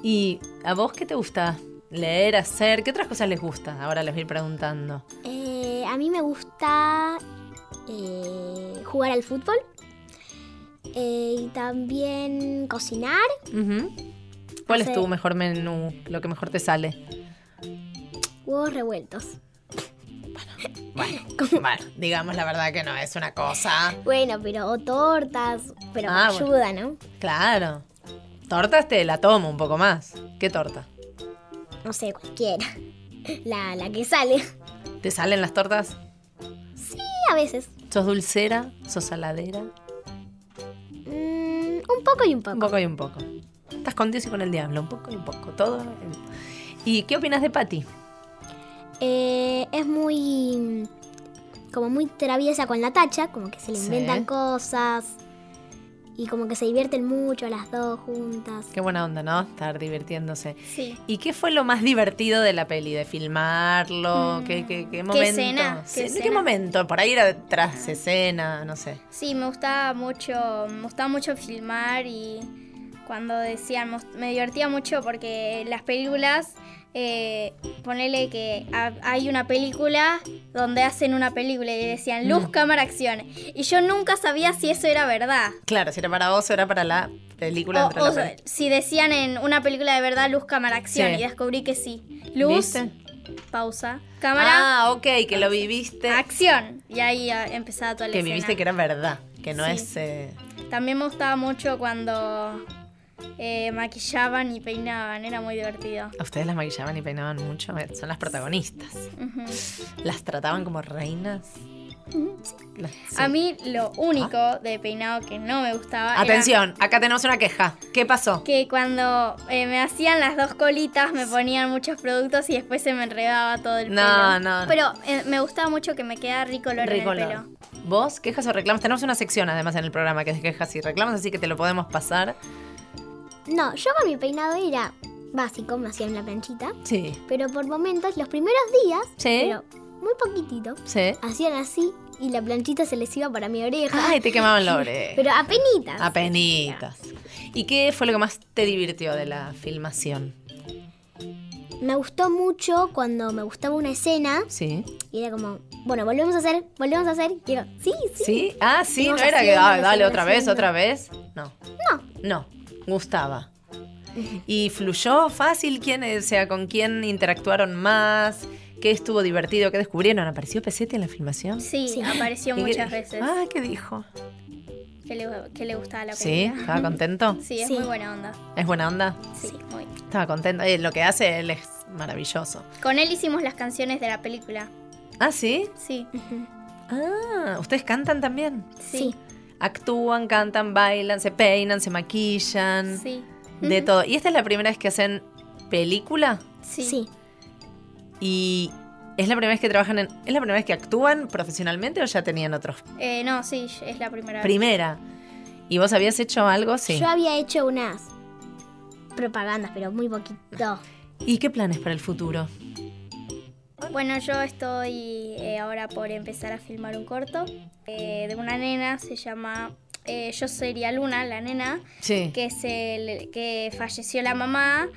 [SPEAKER 2] ¿Y a vos qué te gusta leer, hacer? ¿Qué otras cosas les gusta? Ahora les voy a ir preguntando.
[SPEAKER 10] Eh, a mí me gusta eh, jugar al fútbol eh, y también cocinar.
[SPEAKER 2] Ujú. ¿Cuál es
[SPEAKER 10] Hacer-
[SPEAKER 2] tu mejor menú? Lo que mejor te sale.
[SPEAKER 10] Huevos revueltos.
[SPEAKER 2] Bueno, bueno, digamos la verdad que no es una cosa.
[SPEAKER 10] Bueno, pero o tortas, pero me
[SPEAKER 2] Ah,
[SPEAKER 10] ayuda,
[SPEAKER 2] Claro. Tortas te la tomo un poco más. ¿Qué torta?
[SPEAKER 10] ¿no? No sé, cualquiera. La, la que sale. Sí,
[SPEAKER 2] ¿Te salen las tortas?
[SPEAKER 10] a veces.
[SPEAKER 2] ¿Sos dulcera? ¿Sos saladera?
[SPEAKER 10] Mm, un poco y un poco.
[SPEAKER 2] Un poco y un poco. Estás con Dios y con el diablo, un poco y un poco. Todo. ¿Y qué opinas de Patti?
[SPEAKER 10] Eh, es muy. como muy traviesa con la tacha, como que se le
[SPEAKER 2] Sí.
[SPEAKER 10] inventan cosas. Y como que se divierten mucho las dos juntas.
[SPEAKER 2] Qué buena onda, ¿no? Estar divirtiéndose.
[SPEAKER 4] Sí.
[SPEAKER 2] ¿Y qué fue lo más divertido de la peli? ¿De filmarlo? ¿Qué, qué, qué momento?
[SPEAKER 4] escena? ¿Qué
[SPEAKER 2] Sí, ¿Qué,
[SPEAKER 4] escena?
[SPEAKER 2] momento? Por ahí era tras escena, no sé.
[SPEAKER 4] Sí, me gustaba mucho, me gustaba mucho filmar y cuando decían, mos- me divertía mucho porque las películas, eh, ponele que ha- hay una película donde hacen una película y decían luz,
[SPEAKER 2] Mm.
[SPEAKER 4] cámara, acción. Y yo nunca sabía si eso era verdad.
[SPEAKER 2] Claro, si era para vos o era para la película.
[SPEAKER 4] O,
[SPEAKER 2] entre la
[SPEAKER 4] o
[SPEAKER 2] peli.
[SPEAKER 4] si decían en una película de verdad luz, cámara, acción
[SPEAKER 2] Sí.
[SPEAKER 4] y descubrí que sí. Luz,
[SPEAKER 2] ¿Viste?
[SPEAKER 4] pausa, cámara,
[SPEAKER 2] Ah, ok, que lo viviste.
[SPEAKER 4] acción. Y ahí ah, empezaba toda la
[SPEAKER 2] Que
[SPEAKER 4] escena.
[SPEAKER 2] viviste que era verdad, que no
[SPEAKER 4] Sí.
[SPEAKER 2] es... eh,
[SPEAKER 4] También me gustaba mucho cuando eh, maquillaban y peinaban, era muy divertido.
[SPEAKER 2] A ustedes las maquillaban y peinaban mucho, eh, son las protagonistas.
[SPEAKER 4] Ujú.
[SPEAKER 2] Las trataban como reinas. Las-
[SPEAKER 4] A mí lo único de peinado que no me gustaba era
[SPEAKER 2] Atención, acá tenemos una queja. ¿Qué pasó?
[SPEAKER 4] que cuando eh, me hacían las dos colitas me ponían muchos productos y después se me enredaba todo el
[SPEAKER 2] No,
[SPEAKER 4] pelo.
[SPEAKER 2] no, no.
[SPEAKER 4] Pero eh, me gustaba mucho que me quedara ricolor en el
[SPEAKER 2] Ricolor.
[SPEAKER 4] pelo.
[SPEAKER 2] ¿Vos? ¿Quejas o reclamos? Tenemos una sección además en el programa que es quejas y reclamos, así que te lo podemos pasar.
[SPEAKER 10] No, yo con mi peinado era básico, me hacían la planchita.
[SPEAKER 2] Sí.
[SPEAKER 10] Pero por momentos, los primeros días,
[SPEAKER 2] Sí.
[SPEAKER 10] pero muy poquitito,
[SPEAKER 2] Sí.
[SPEAKER 10] hacían así y la planchita se les iba para mi oreja.
[SPEAKER 2] Ay, te quemaban la oreja.
[SPEAKER 10] Pero apenitas.
[SPEAKER 2] Apenitas. ¿Y qué fue lo que más te divirtió de la filmación?
[SPEAKER 10] Me gustó mucho cuando me gustaba una escena.
[SPEAKER 2] Sí.
[SPEAKER 10] Y era como, bueno, volvemos a hacer, volvemos a hacer. Y yo, sí, sí.
[SPEAKER 2] ¿Sí? Ah, sí, no
[SPEAKER 10] Íbamos
[SPEAKER 2] era que
[SPEAKER 10] haciendo,
[SPEAKER 2] ah, dale
[SPEAKER 10] haciendo,
[SPEAKER 2] otra vez,
[SPEAKER 10] haciendo.
[SPEAKER 2] otra vez. No.
[SPEAKER 10] No.
[SPEAKER 2] No, gustaba. ¿Y fluyó fácil? ¿Quién, eh, o sea, con quién interactuaron más? ¿Qué estuvo divertido? ¿Qué descubrieron? ¿Apareció Pesetti en la filmación?
[SPEAKER 4] Sí, apareció
[SPEAKER 2] ¿Y qué-
[SPEAKER 4] muchas veces.
[SPEAKER 2] Ah, ¿qué dijo?
[SPEAKER 4] Que le, que le gustaba la
[SPEAKER 2] ¿Sí?
[SPEAKER 4] película.
[SPEAKER 2] ¿Estaba contento?
[SPEAKER 4] Sí, es muy buena onda.
[SPEAKER 2] ¿Es buena onda?
[SPEAKER 4] Sí, muy.
[SPEAKER 2] Estaba contento. Eh, lo que hace él es maravilloso.
[SPEAKER 4] Con él hicimos las canciones de la película.
[SPEAKER 2] ¿Ah, sí?
[SPEAKER 4] Sí.
[SPEAKER 2] Ah, ¿ustedes cantan también?
[SPEAKER 4] Sí.
[SPEAKER 2] Actúan, cantan, bailan, se peinan, se maquillan.
[SPEAKER 4] Sí.
[SPEAKER 2] De
[SPEAKER 4] Ujú.
[SPEAKER 2] todo. ¿Y esta es la primera vez que hacen película?
[SPEAKER 4] Sí.
[SPEAKER 2] ¿Y es la primera vez que trabajan en... ¿Es la primera vez que actúan profesionalmente o ya tenían otros?
[SPEAKER 4] Eh, no, sí, es la primera. vez.
[SPEAKER 2] Primera. ¿Y vos habías hecho algo? Sí.
[SPEAKER 10] Yo había hecho unas propagandas, pero muy poquito.
[SPEAKER 2] ¿Y qué planes para el futuro?
[SPEAKER 4] Bueno, yo estoy eh, ahora por empezar a filmar un corto eh, de una nena, se llama eh, Yo sería Luna, la nena,
[SPEAKER 2] Sí.
[SPEAKER 4] que, es el, que falleció la mamá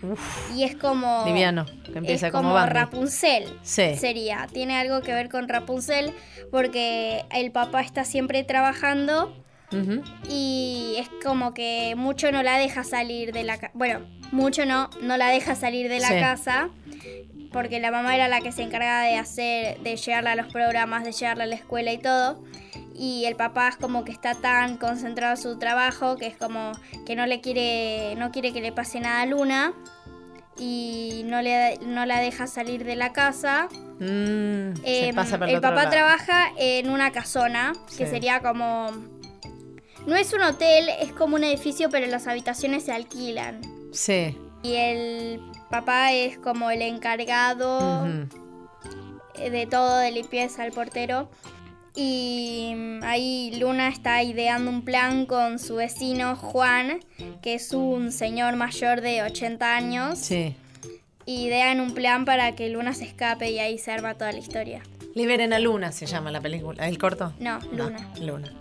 [SPEAKER 4] y es como...
[SPEAKER 2] Liviano, que empieza
[SPEAKER 4] es
[SPEAKER 2] como
[SPEAKER 4] como,
[SPEAKER 2] Bambi.
[SPEAKER 4] Rapunzel.
[SPEAKER 2] Sí.
[SPEAKER 4] Sería, tiene algo que ver con Rapunzel porque el papá está siempre trabajando
[SPEAKER 2] Ujú.
[SPEAKER 4] y es como que mucho no la deja salir de la casa. Bueno, mucho no, no la deja salir de la
[SPEAKER 2] Sí.
[SPEAKER 4] casa. Porque la mamá era la que se encargaba de hacer, de llevarla a los programas, de llevarla a la escuela y todo. Y el papá es como que está tan concentrado en su trabajo que es como que no le quiere, no quiere que le pase nada a Luna. Y no, le, no la deja salir de la casa.
[SPEAKER 2] Mm, se
[SPEAKER 4] Em,
[SPEAKER 2] pasa para
[SPEAKER 4] el
[SPEAKER 2] otro
[SPEAKER 4] papá
[SPEAKER 2] lado.
[SPEAKER 4] trabaja en una casona, que
[SPEAKER 2] Sí.
[SPEAKER 4] sería como... No es un hotel, es como un edificio, pero las habitaciones se alquilan.
[SPEAKER 2] Sí.
[SPEAKER 4] Y el papá es como el encargado
[SPEAKER 2] Ujú.
[SPEAKER 4] eh, de todo, de limpieza, el portero. Y mm, ahí Luna está ideando un plan con su vecino Juan, que es un señor mayor de 80 años.
[SPEAKER 2] Sí.
[SPEAKER 4] y Idean un plan para que Luna se escape y ahí se arma toda la historia.
[SPEAKER 2] Liberen a Luna se llama la película. ¿El corto?
[SPEAKER 4] No, Luna.
[SPEAKER 2] Luna.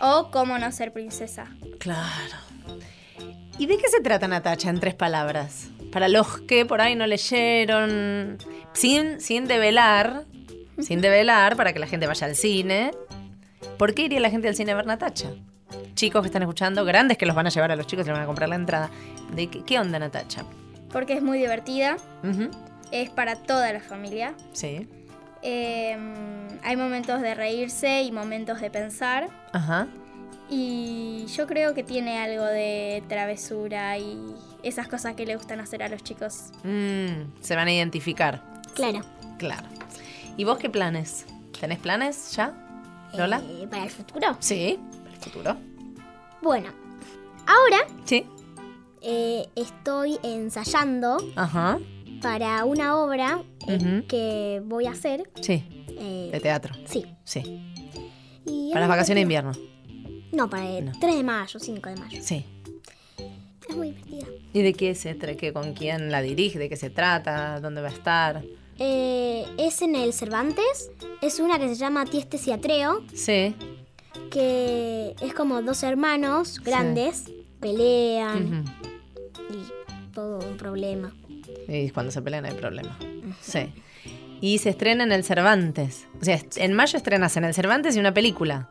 [SPEAKER 4] O cómo no ser princesa.
[SPEAKER 2] Claro. ¿Y de qué se trata Natacha en tres palabras? Para los que por ahí no leyeron, sin, sin develar, sin develar, para que la gente vaya al cine. ¿Por qué iría la gente al cine a ver Natacha? Chicos que están escuchando, grandes que los van a llevar a los chicos y le van a comprar la entrada. ¿De qué, qué onda Natacha?
[SPEAKER 4] Porque es muy divertida,
[SPEAKER 2] Ujú,
[SPEAKER 4] es para toda la familia.
[SPEAKER 2] Sí.
[SPEAKER 4] Eh, hay momentos de reírse y momentos de pensar.
[SPEAKER 2] Ajá.
[SPEAKER 4] Y yo creo que tiene algo de travesura y esas cosas que le gustan hacer a los chicos.
[SPEAKER 2] Mm, se van a identificar.
[SPEAKER 4] Claro.
[SPEAKER 2] Claro. ¿Y vos qué planes? ¿Tenés planes ya? ¿Lola?
[SPEAKER 10] Eh, ¿Para el futuro?
[SPEAKER 2] Sí, para el futuro.
[SPEAKER 10] Bueno, ahora
[SPEAKER 2] Sí.
[SPEAKER 10] eh, estoy ensayando
[SPEAKER 2] Ajá.
[SPEAKER 10] para una obra eh,
[SPEAKER 2] Ujú.
[SPEAKER 10] que voy a hacer.
[SPEAKER 2] Sí,
[SPEAKER 10] eh,
[SPEAKER 2] de teatro.
[SPEAKER 10] Sí.
[SPEAKER 2] Sí.
[SPEAKER 10] y
[SPEAKER 2] Para las
[SPEAKER 10] es
[SPEAKER 2] vacaciones de
[SPEAKER 10] divertida.
[SPEAKER 2] invierno.
[SPEAKER 10] No, para el
[SPEAKER 2] No.
[SPEAKER 10] 3 de mayo, 5 de mayo.
[SPEAKER 2] Sí.
[SPEAKER 10] Es muy divertida.
[SPEAKER 2] ¿Y de qué se tra qué- ¿Con quién la dirige? ¿De qué se trata? ¿Dónde va a estar?
[SPEAKER 10] Eh, es en el Cervantes. Es una que se llama Tiestes y Atreo,
[SPEAKER 2] Sí.
[SPEAKER 10] que es como dos hermanos grandes, pelean
[SPEAKER 2] Ujú.
[SPEAKER 10] y todo un problema.
[SPEAKER 2] Y cuando se pelean hay problema. Sí. Y se estrena en el Cervantes. O sea, est- en mayo estrenas en el Cervantes y una película.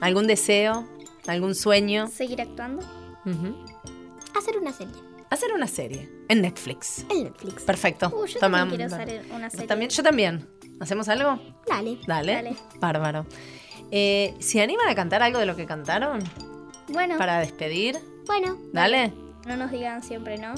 [SPEAKER 2] ¿Algún deseo? ¿Algún sueño?
[SPEAKER 4] Seguir actuando.
[SPEAKER 2] Ujú.
[SPEAKER 10] Hacer una serie.
[SPEAKER 2] Hacer una serie en Netflix.
[SPEAKER 10] En Netflix.
[SPEAKER 2] Perfecto.
[SPEAKER 4] Uh, yo
[SPEAKER 2] Toma,
[SPEAKER 4] también quiero
[SPEAKER 2] dale.
[SPEAKER 4] hacer una serie.
[SPEAKER 2] También, yo también. ¿Hacemos algo?
[SPEAKER 10] Dale.
[SPEAKER 2] Dale.
[SPEAKER 4] Dale.
[SPEAKER 2] Bárbaro. Eh, ¿Se animan a cantar algo de lo que cantaron?
[SPEAKER 4] Bueno,
[SPEAKER 2] Para despedir.
[SPEAKER 10] bueno.
[SPEAKER 2] Dale.
[SPEAKER 4] No nos digan siempre no.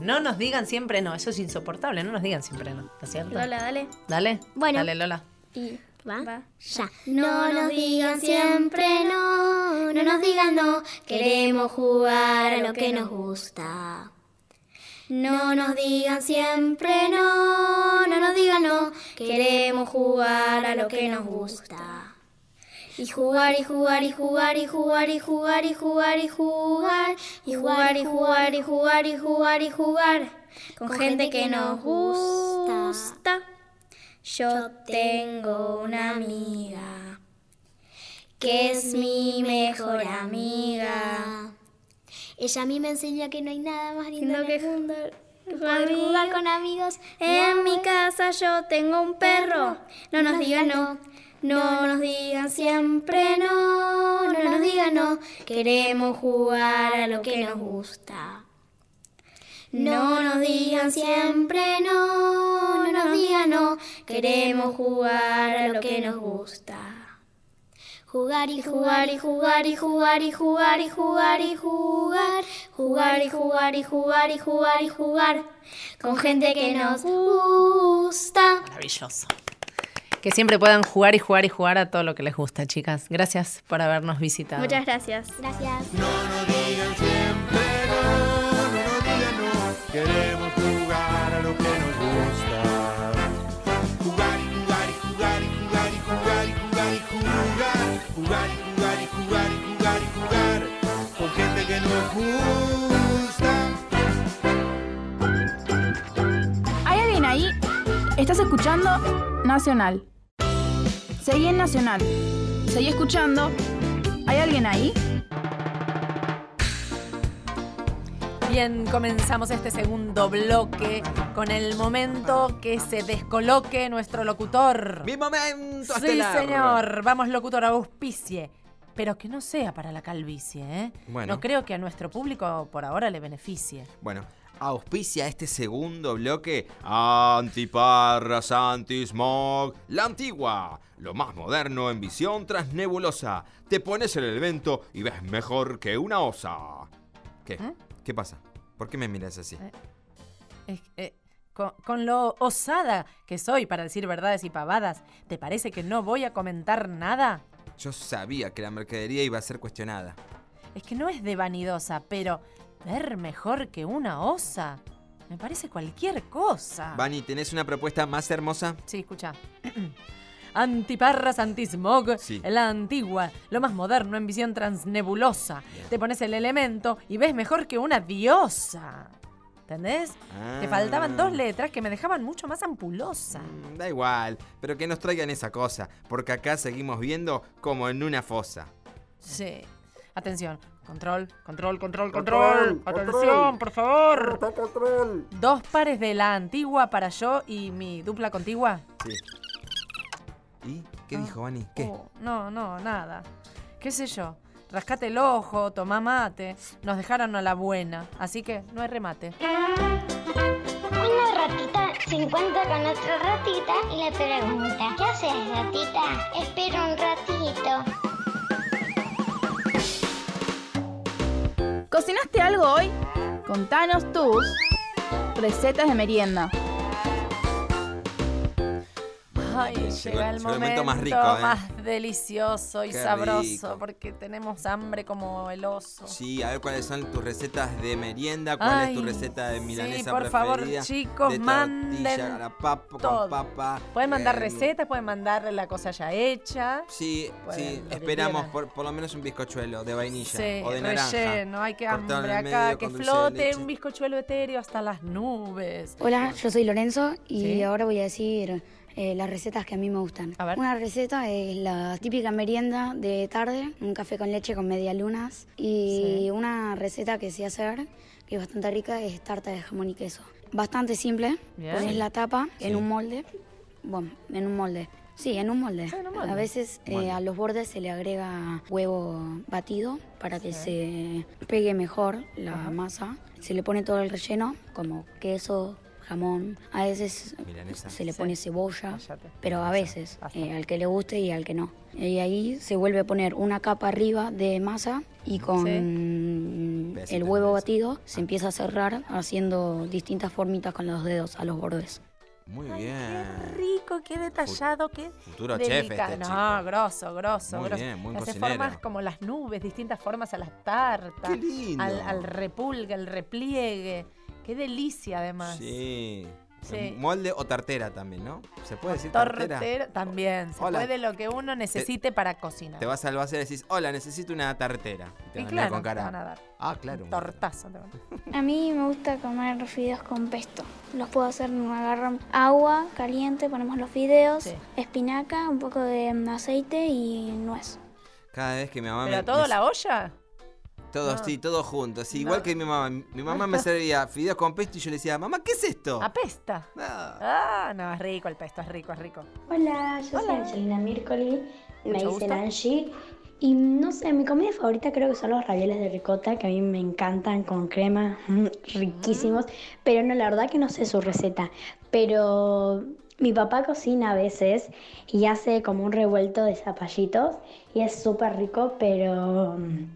[SPEAKER 2] No nos digan siempre no, eso es insoportable, no nos digan siempre no, ¿no es cierto?
[SPEAKER 4] Lola, dale.
[SPEAKER 2] Dale.
[SPEAKER 10] Bueno.
[SPEAKER 2] Dale, Lola.
[SPEAKER 4] Y
[SPEAKER 10] va. Ya.
[SPEAKER 4] No nos digan siempre
[SPEAKER 10] no, no nos digan no, queremos jugar a lo que nos gusta. No nos digan siempre no, no nos digan no, queremos jugar a lo que nos gusta. Y jugar y jugar y jugar y jugar y jugar y jugar y jugar y jugar y jugar y jugar y jugar y jugar
[SPEAKER 4] Con gente que nos gusta.
[SPEAKER 10] Yo tengo una amiga que es mi mejor amiga. Ella a mí me enseña que no hay nada más lindo en el mundo Poder jugar con amigos. ¿eh?
[SPEAKER 4] En mi casa yo tengo un perro. No nos digan no. No nos digan siempre no. No nos digan no. Queremos jugar a lo que nos gusta.
[SPEAKER 10] No nos digan siempre no, no nos digan no, queremos jugar a lo que nos gusta. Jugar y jugar y jugar y jugar y jugar y jugar y jugar, jugar y jugar y jugar y jugar y jugar con gente que nos gusta.
[SPEAKER 2] Maravilloso. Que siempre puedan jugar y jugar y jugar a todo lo que les gusta, chicas. Gracias por habernos visitado.
[SPEAKER 4] Muchas gracias. Gracias.
[SPEAKER 7] Queremos jugar a lo que nos gusta. Jugar y jugar y jugar y jugar y jugar y jugar y jugar. Jugar y jugar y jugar y jugar y jugar. Con gente que nos gusta.
[SPEAKER 6] ¿Hay alguien ahí? Estás escuchando Nacional. Seguí en Nacional. Seguí escuchando. ¿Hay alguien ahí?
[SPEAKER 2] Bien, comenzamos este segundo bloque con el momento que se descoloque nuestro locutor.
[SPEAKER 3] ¡Mi momento!
[SPEAKER 2] Sí,
[SPEAKER 3] estelar.
[SPEAKER 2] señor. Vamos, locutor, auspicie. Pero que no sea para la calvicie, ¿eh?
[SPEAKER 3] Bueno.
[SPEAKER 2] No creo que a nuestro público por ahora le beneficie.
[SPEAKER 3] Bueno, auspicia este segundo bloque Antiparras, Antismog, la antigua, lo más moderno en visión tras nebulosa. Te pones el elemento y ves mejor que una osa. ¿Qué? ¿Qué pasa? ¿Por qué me miras así?
[SPEAKER 2] Es- eh, con, con lo osada que soy para decir verdades y pavadas, ¿te parece que no voy a comentar nada?
[SPEAKER 3] Yo sabía que la mercadería iba a ser cuestionada.
[SPEAKER 2] Es que no es de vanidosa, pero ver mejor que una osa. Me parece cualquier cosa.
[SPEAKER 3] Vani, ¿tenés una propuesta más hermosa?
[SPEAKER 2] Sí, escucha. Antiparras, antismog, la antigua, lo más moderno en visión transnebulosa. Te pones el elemento y ves mejor que una diosa. ¿Entendés? Te faltaban dos letras que me dejaban mucho más ampulosa.
[SPEAKER 3] Da igual, pero que nos traigan esa cosa, porque acá seguimos viendo como en una fosa.
[SPEAKER 2] Sí. Atención. Control, control, control,
[SPEAKER 3] Control,
[SPEAKER 2] control. Atención,
[SPEAKER 3] control.
[SPEAKER 2] por favor. Dos pares de la antigua para yo y mi dupla contigua.
[SPEAKER 3] Sí. ¿Y qué dijo Vani? ¿Qué?
[SPEAKER 2] Oh, no, no, nada. ¿Qué sé yo? Rascate el ojo, tomá mate. Nos dejaron a la buena, así que no hay remate.
[SPEAKER 10] Una ratita se encuentra con otra ratita y le pregunta, ¿qué haces ratita? Espera un ratito.
[SPEAKER 6] ¿Cocinaste algo hoy? Contanos tus recetas de merienda.
[SPEAKER 2] Ay,
[SPEAKER 3] Llegó-
[SPEAKER 2] llega el
[SPEAKER 3] llegó
[SPEAKER 2] momento,
[SPEAKER 3] el momento más rico, ¿eh?
[SPEAKER 2] más delicioso y
[SPEAKER 3] Qué
[SPEAKER 2] sabroso,
[SPEAKER 3] rico.
[SPEAKER 2] porque tenemos hambre como el oso.
[SPEAKER 3] Sí, a ver cuáles son tus recetas de merienda, cuál es tu
[SPEAKER 2] Ay,
[SPEAKER 3] receta de milanesa
[SPEAKER 2] por
[SPEAKER 3] preferida,
[SPEAKER 2] favor, chicos,
[SPEAKER 3] de
[SPEAKER 2] manden
[SPEAKER 3] tortilla, a la papa, con
[SPEAKER 2] todo.
[SPEAKER 3] papa.
[SPEAKER 2] Pueden mandar
[SPEAKER 3] eh,
[SPEAKER 2] recetas, pueden mandar la cosa ya hecha.
[SPEAKER 3] Sí,
[SPEAKER 2] Pueden,
[SPEAKER 3] sí,
[SPEAKER 2] lo que
[SPEAKER 3] esperamos
[SPEAKER 2] quieran.
[SPEAKER 3] por, por lo menos un bizcochuelo de vainilla
[SPEAKER 2] Sí,
[SPEAKER 3] o de naranja.
[SPEAKER 2] relleno, hay que
[SPEAKER 3] cortado en
[SPEAKER 2] hambre
[SPEAKER 3] el
[SPEAKER 2] acá,
[SPEAKER 3] medio
[SPEAKER 2] que
[SPEAKER 3] con dulce de
[SPEAKER 2] flote
[SPEAKER 3] leche.
[SPEAKER 2] un bizcochuelo etéreo hasta las nubes.
[SPEAKER 9] Hola, yo soy Lorenzo y
[SPEAKER 2] Sí.
[SPEAKER 9] ahora voy a decir eh, las recetas que a mí me gustan. Una receta es la típica merienda de tarde, un café con leche con medialunas. Y
[SPEAKER 12] Sí.
[SPEAKER 9] una receta que sé hacer, que es bastante rica, es tarta de jamón y queso. Bastante simple,
[SPEAKER 12] Bien.
[SPEAKER 9] pones
[SPEAKER 12] Sí.
[SPEAKER 9] la tapa en un molde. Bueno, en un molde. Sí, en un molde.
[SPEAKER 12] molde.
[SPEAKER 9] A veces eh,
[SPEAKER 12] Molde.
[SPEAKER 9] a los bordes se le agrega huevo batido para que
[SPEAKER 12] Sí.
[SPEAKER 9] se pegue mejor la masa. Se le pone todo el relleno, como queso, jamón. A veces
[SPEAKER 3] Milanesa.
[SPEAKER 9] se le
[SPEAKER 12] Sí.
[SPEAKER 9] pone cebolla, pero a veces, eh, al que le guste y al que no. Y ahí se vuelve a poner una capa arriba de masa y con el huevo batido se empieza a cerrar haciendo distintas formitas con los dedos a los bordes.
[SPEAKER 3] Muy bien.
[SPEAKER 2] rico, qué detallado, qué
[SPEAKER 3] Futuro chef
[SPEAKER 2] delicado.
[SPEAKER 3] este
[SPEAKER 2] no, grosso, grosso,
[SPEAKER 3] Muy
[SPEAKER 2] grosso.
[SPEAKER 3] bien, buen
[SPEAKER 2] Le hace
[SPEAKER 3] cocinero.
[SPEAKER 2] formas como las nubes, distintas formas a las tartas, Al, al repulgue, al repliegue. Qué delicia además.
[SPEAKER 3] Sí.
[SPEAKER 2] Sí.
[SPEAKER 3] Molde o tartera también, ¿no? ¿Se puede decir tartera?
[SPEAKER 2] Tortera también, se
[SPEAKER 3] Hola.
[SPEAKER 2] puede lo que uno necesite para cocinar.
[SPEAKER 3] Te vas al bazar y decís, hola, necesito una tartera. Y te
[SPEAKER 2] y
[SPEAKER 3] van a mirar
[SPEAKER 2] claro,
[SPEAKER 3] con cara.
[SPEAKER 2] te van a dar
[SPEAKER 3] Ah, claro.
[SPEAKER 2] un tortazo. te van a-
[SPEAKER 10] A mí me gusta comer fideos con pesto. Los puedo hacer, me agarran agua caliente, ponemos los fideos, espinaca, un poco de mm, aceite y nuez.
[SPEAKER 3] Cada vez que mi mamá
[SPEAKER 2] ¿Pero
[SPEAKER 3] me,
[SPEAKER 2] todo
[SPEAKER 3] me-
[SPEAKER 2] la olla?
[SPEAKER 3] todos,
[SPEAKER 2] No.
[SPEAKER 3] sí, todos juntos. Sí, Igual
[SPEAKER 2] No.
[SPEAKER 3] que mi mamá. Mi mamá me servía fideos con pesto y yo le decía, mamá, ¿qué es esto?
[SPEAKER 2] Apesta. Ah, no, es rico el pesto, es rico, es rico.
[SPEAKER 4] Hola, yo soy Angelina Mircoli, me
[SPEAKER 2] Mucho
[SPEAKER 4] dicen
[SPEAKER 2] gusto.
[SPEAKER 4] Angie. Y no sé, mi comida favorita creo que son los ravioles de ricota, que a mí me encantan con crema, mm, riquísimos. Pero no, la verdad que no sé su receta. Pero mi papá cocina a veces y hace como un revuelto de zapallitos y es súper rico, pero mm,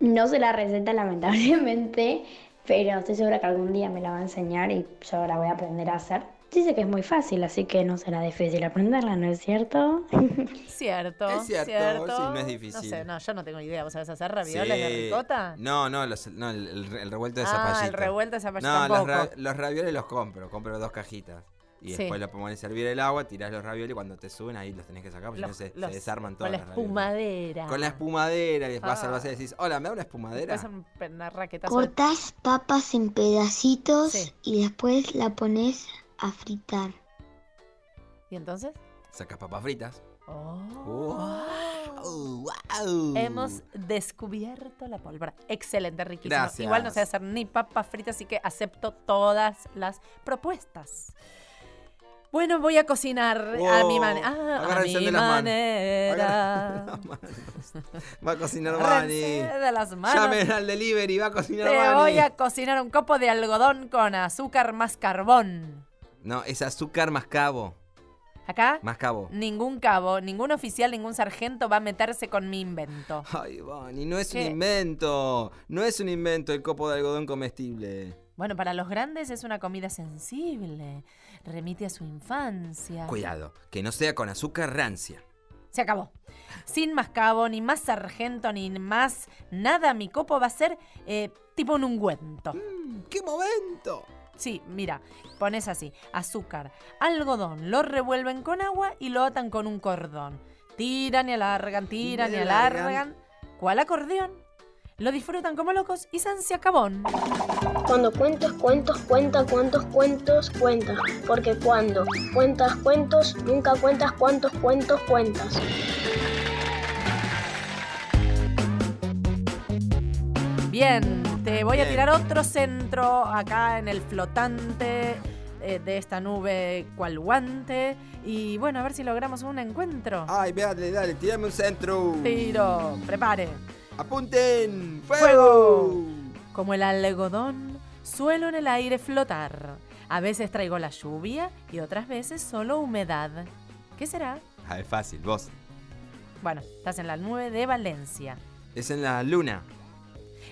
[SPEAKER 4] no sé la receta lamentablemente. Pero estoy segura que algún día me la va a enseñar y yo la voy a aprender a hacer. Dice que es muy fácil, así que no será difícil aprenderla, ¿no es cierto?
[SPEAKER 2] Cierto.
[SPEAKER 3] Es cierto, sí, no es
[SPEAKER 2] No
[SPEAKER 3] difícil.
[SPEAKER 2] sé, no, yo no tengo idea. ¿Vos sabés hacer ravioles de
[SPEAKER 3] Sí.
[SPEAKER 2] ricota?
[SPEAKER 3] No, no, los- no, el, el- el revuelto de
[SPEAKER 2] Ah,
[SPEAKER 3] zapallito.
[SPEAKER 2] el revuelto de zapallito
[SPEAKER 3] No, los,
[SPEAKER 2] tampoco.
[SPEAKER 3] ra- los ravioles los compro, compro dos cajitas. Y
[SPEAKER 2] Sí.
[SPEAKER 3] después los pones a hervir el agua, tirás los ravioles y cuando te suben ahí los tenés que sacar, porque
[SPEAKER 2] Los-
[SPEAKER 3] si no se, se
[SPEAKER 2] los-
[SPEAKER 3] desarman todos
[SPEAKER 2] Con la
[SPEAKER 3] los ravioles.
[SPEAKER 2] espumadera.
[SPEAKER 3] Con la espumadera, y les vas
[SPEAKER 2] Ah.
[SPEAKER 3] al vacío y decís, hola, ¿me da una espumadera?
[SPEAKER 2] Después un pe- una raquetazo de-
[SPEAKER 10] Cortás papas en pedacitos y después la pones a fritar.
[SPEAKER 2] ¿Y entonces?
[SPEAKER 3] Sacás papas fritas.
[SPEAKER 2] Oh.
[SPEAKER 3] Oh,
[SPEAKER 2] Hemos descubierto la pólvora. Excelente, riquísimo.
[SPEAKER 3] Gracias.
[SPEAKER 2] Igual no sé hacer ni papas fritas, así que acepto todas las propuestas. Bueno, voy a cocinar a mi,
[SPEAKER 3] Wow.
[SPEAKER 2] man- ah, a
[SPEAKER 3] Agárrense
[SPEAKER 2] mi
[SPEAKER 3] de las manos.
[SPEAKER 2] manera.
[SPEAKER 3] Va a cocinar Vani.
[SPEAKER 2] Agárrense de las manos.
[SPEAKER 3] Llamen al delivery, va a cocinar
[SPEAKER 2] Te
[SPEAKER 3] Vani.
[SPEAKER 2] voy a cocinar un copo de algodón con azúcar más carbón.
[SPEAKER 3] No, es azúcar más cabo.
[SPEAKER 2] Acá,
[SPEAKER 3] Más cabo.
[SPEAKER 2] ningún cabo, ningún oficial, ningún sargento va a meterse con mi invento.
[SPEAKER 3] Ay, Vani, no es
[SPEAKER 2] ¿Qué?
[SPEAKER 3] un invento. No es un invento el copo de algodón comestible.
[SPEAKER 2] Bueno, para los grandes es una comida sensible. Remite a su infancia.
[SPEAKER 3] Cuidado, que no sea con azúcar rancia.
[SPEAKER 2] Se acabó. Sin más cabo, ni más sargento, ni más nada, mi copo va a ser eh, tipo un ungüento.
[SPEAKER 3] Mm, ¡Qué momento!
[SPEAKER 2] Sí, mira, pones así, azúcar, algodón, lo revuelven con agua y lo atan con un cordón. Tiran y alargan, tiran y
[SPEAKER 13] Y alargan.
[SPEAKER 2] alargan. ¿Cuál acordeón? Lo disfrutan como locos y se acabón.
[SPEAKER 6] Cuando cuentas cuentos, cuenta cuántos cuentos cuentas. Porque cuando cuentas cuentos, nunca cuentas cuántos cuentos cuentas.
[SPEAKER 2] Bien, te voy a
[SPEAKER 6] Bien.
[SPEAKER 2] tirar otro centro acá en el flotante eh, de esta nube cual guante. Y bueno, a ver si logramos un encuentro.
[SPEAKER 3] Ay, dale, dale, tirame un centro.
[SPEAKER 2] Tiro, prepare.
[SPEAKER 3] ¡Apunten!
[SPEAKER 2] ¡Fuego! Como el algodón, suelo en el aire flotar. A veces traigo la lluvia y otras veces solo humedad. ¿Qué será?
[SPEAKER 3] Ah, es fácil, vos.
[SPEAKER 2] Bueno, estás en la nube de Valencia.
[SPEAKER 3] Es en la luna.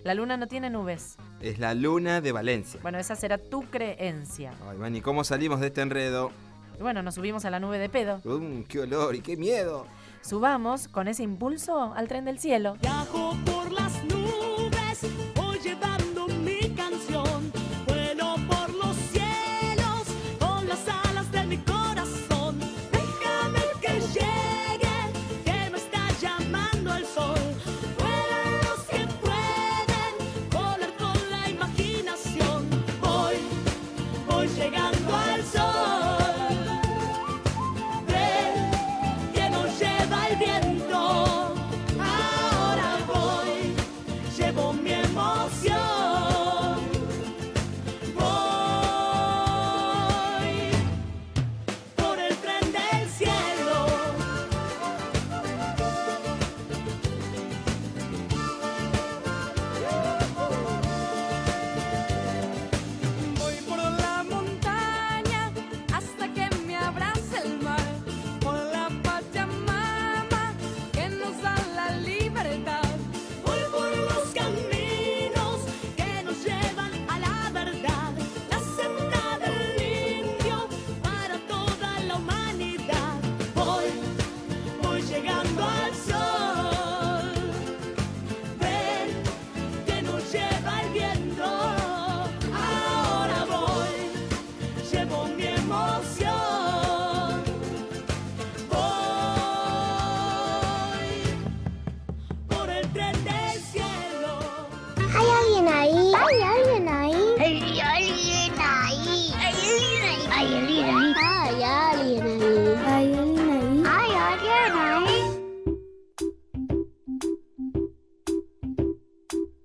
[SPEAKER 2] La luna no tiene nubes.
[SPEAKER 3] Es la luna de Valencia.
[SPEAKER 2] Bueno, esa será tu creencia.
[SPEAKER 3] Ay, Vani, ¿cómo salimos de este enredo?
[SPEAKER 2] Y bueno, nos subimos a la nube de pedo.
[SPEAKER 3] Mm, ¡Qué olor y qué miedo!
[SPEAKER 2] Subamos con ese impulso al tren del cielo.
[SPEAKER 14] Viajo por las nubes, voy llevando mi canción. Vuelo por los cielos con las alas de mi corazón. Déjame que llegue, que me está llamando el sol. Vuelan los que pueden, volar con la imaginación. Voy, voy llegando al sol. Tren que nos lleva el viento. Ahora voy, llevo mi emoción.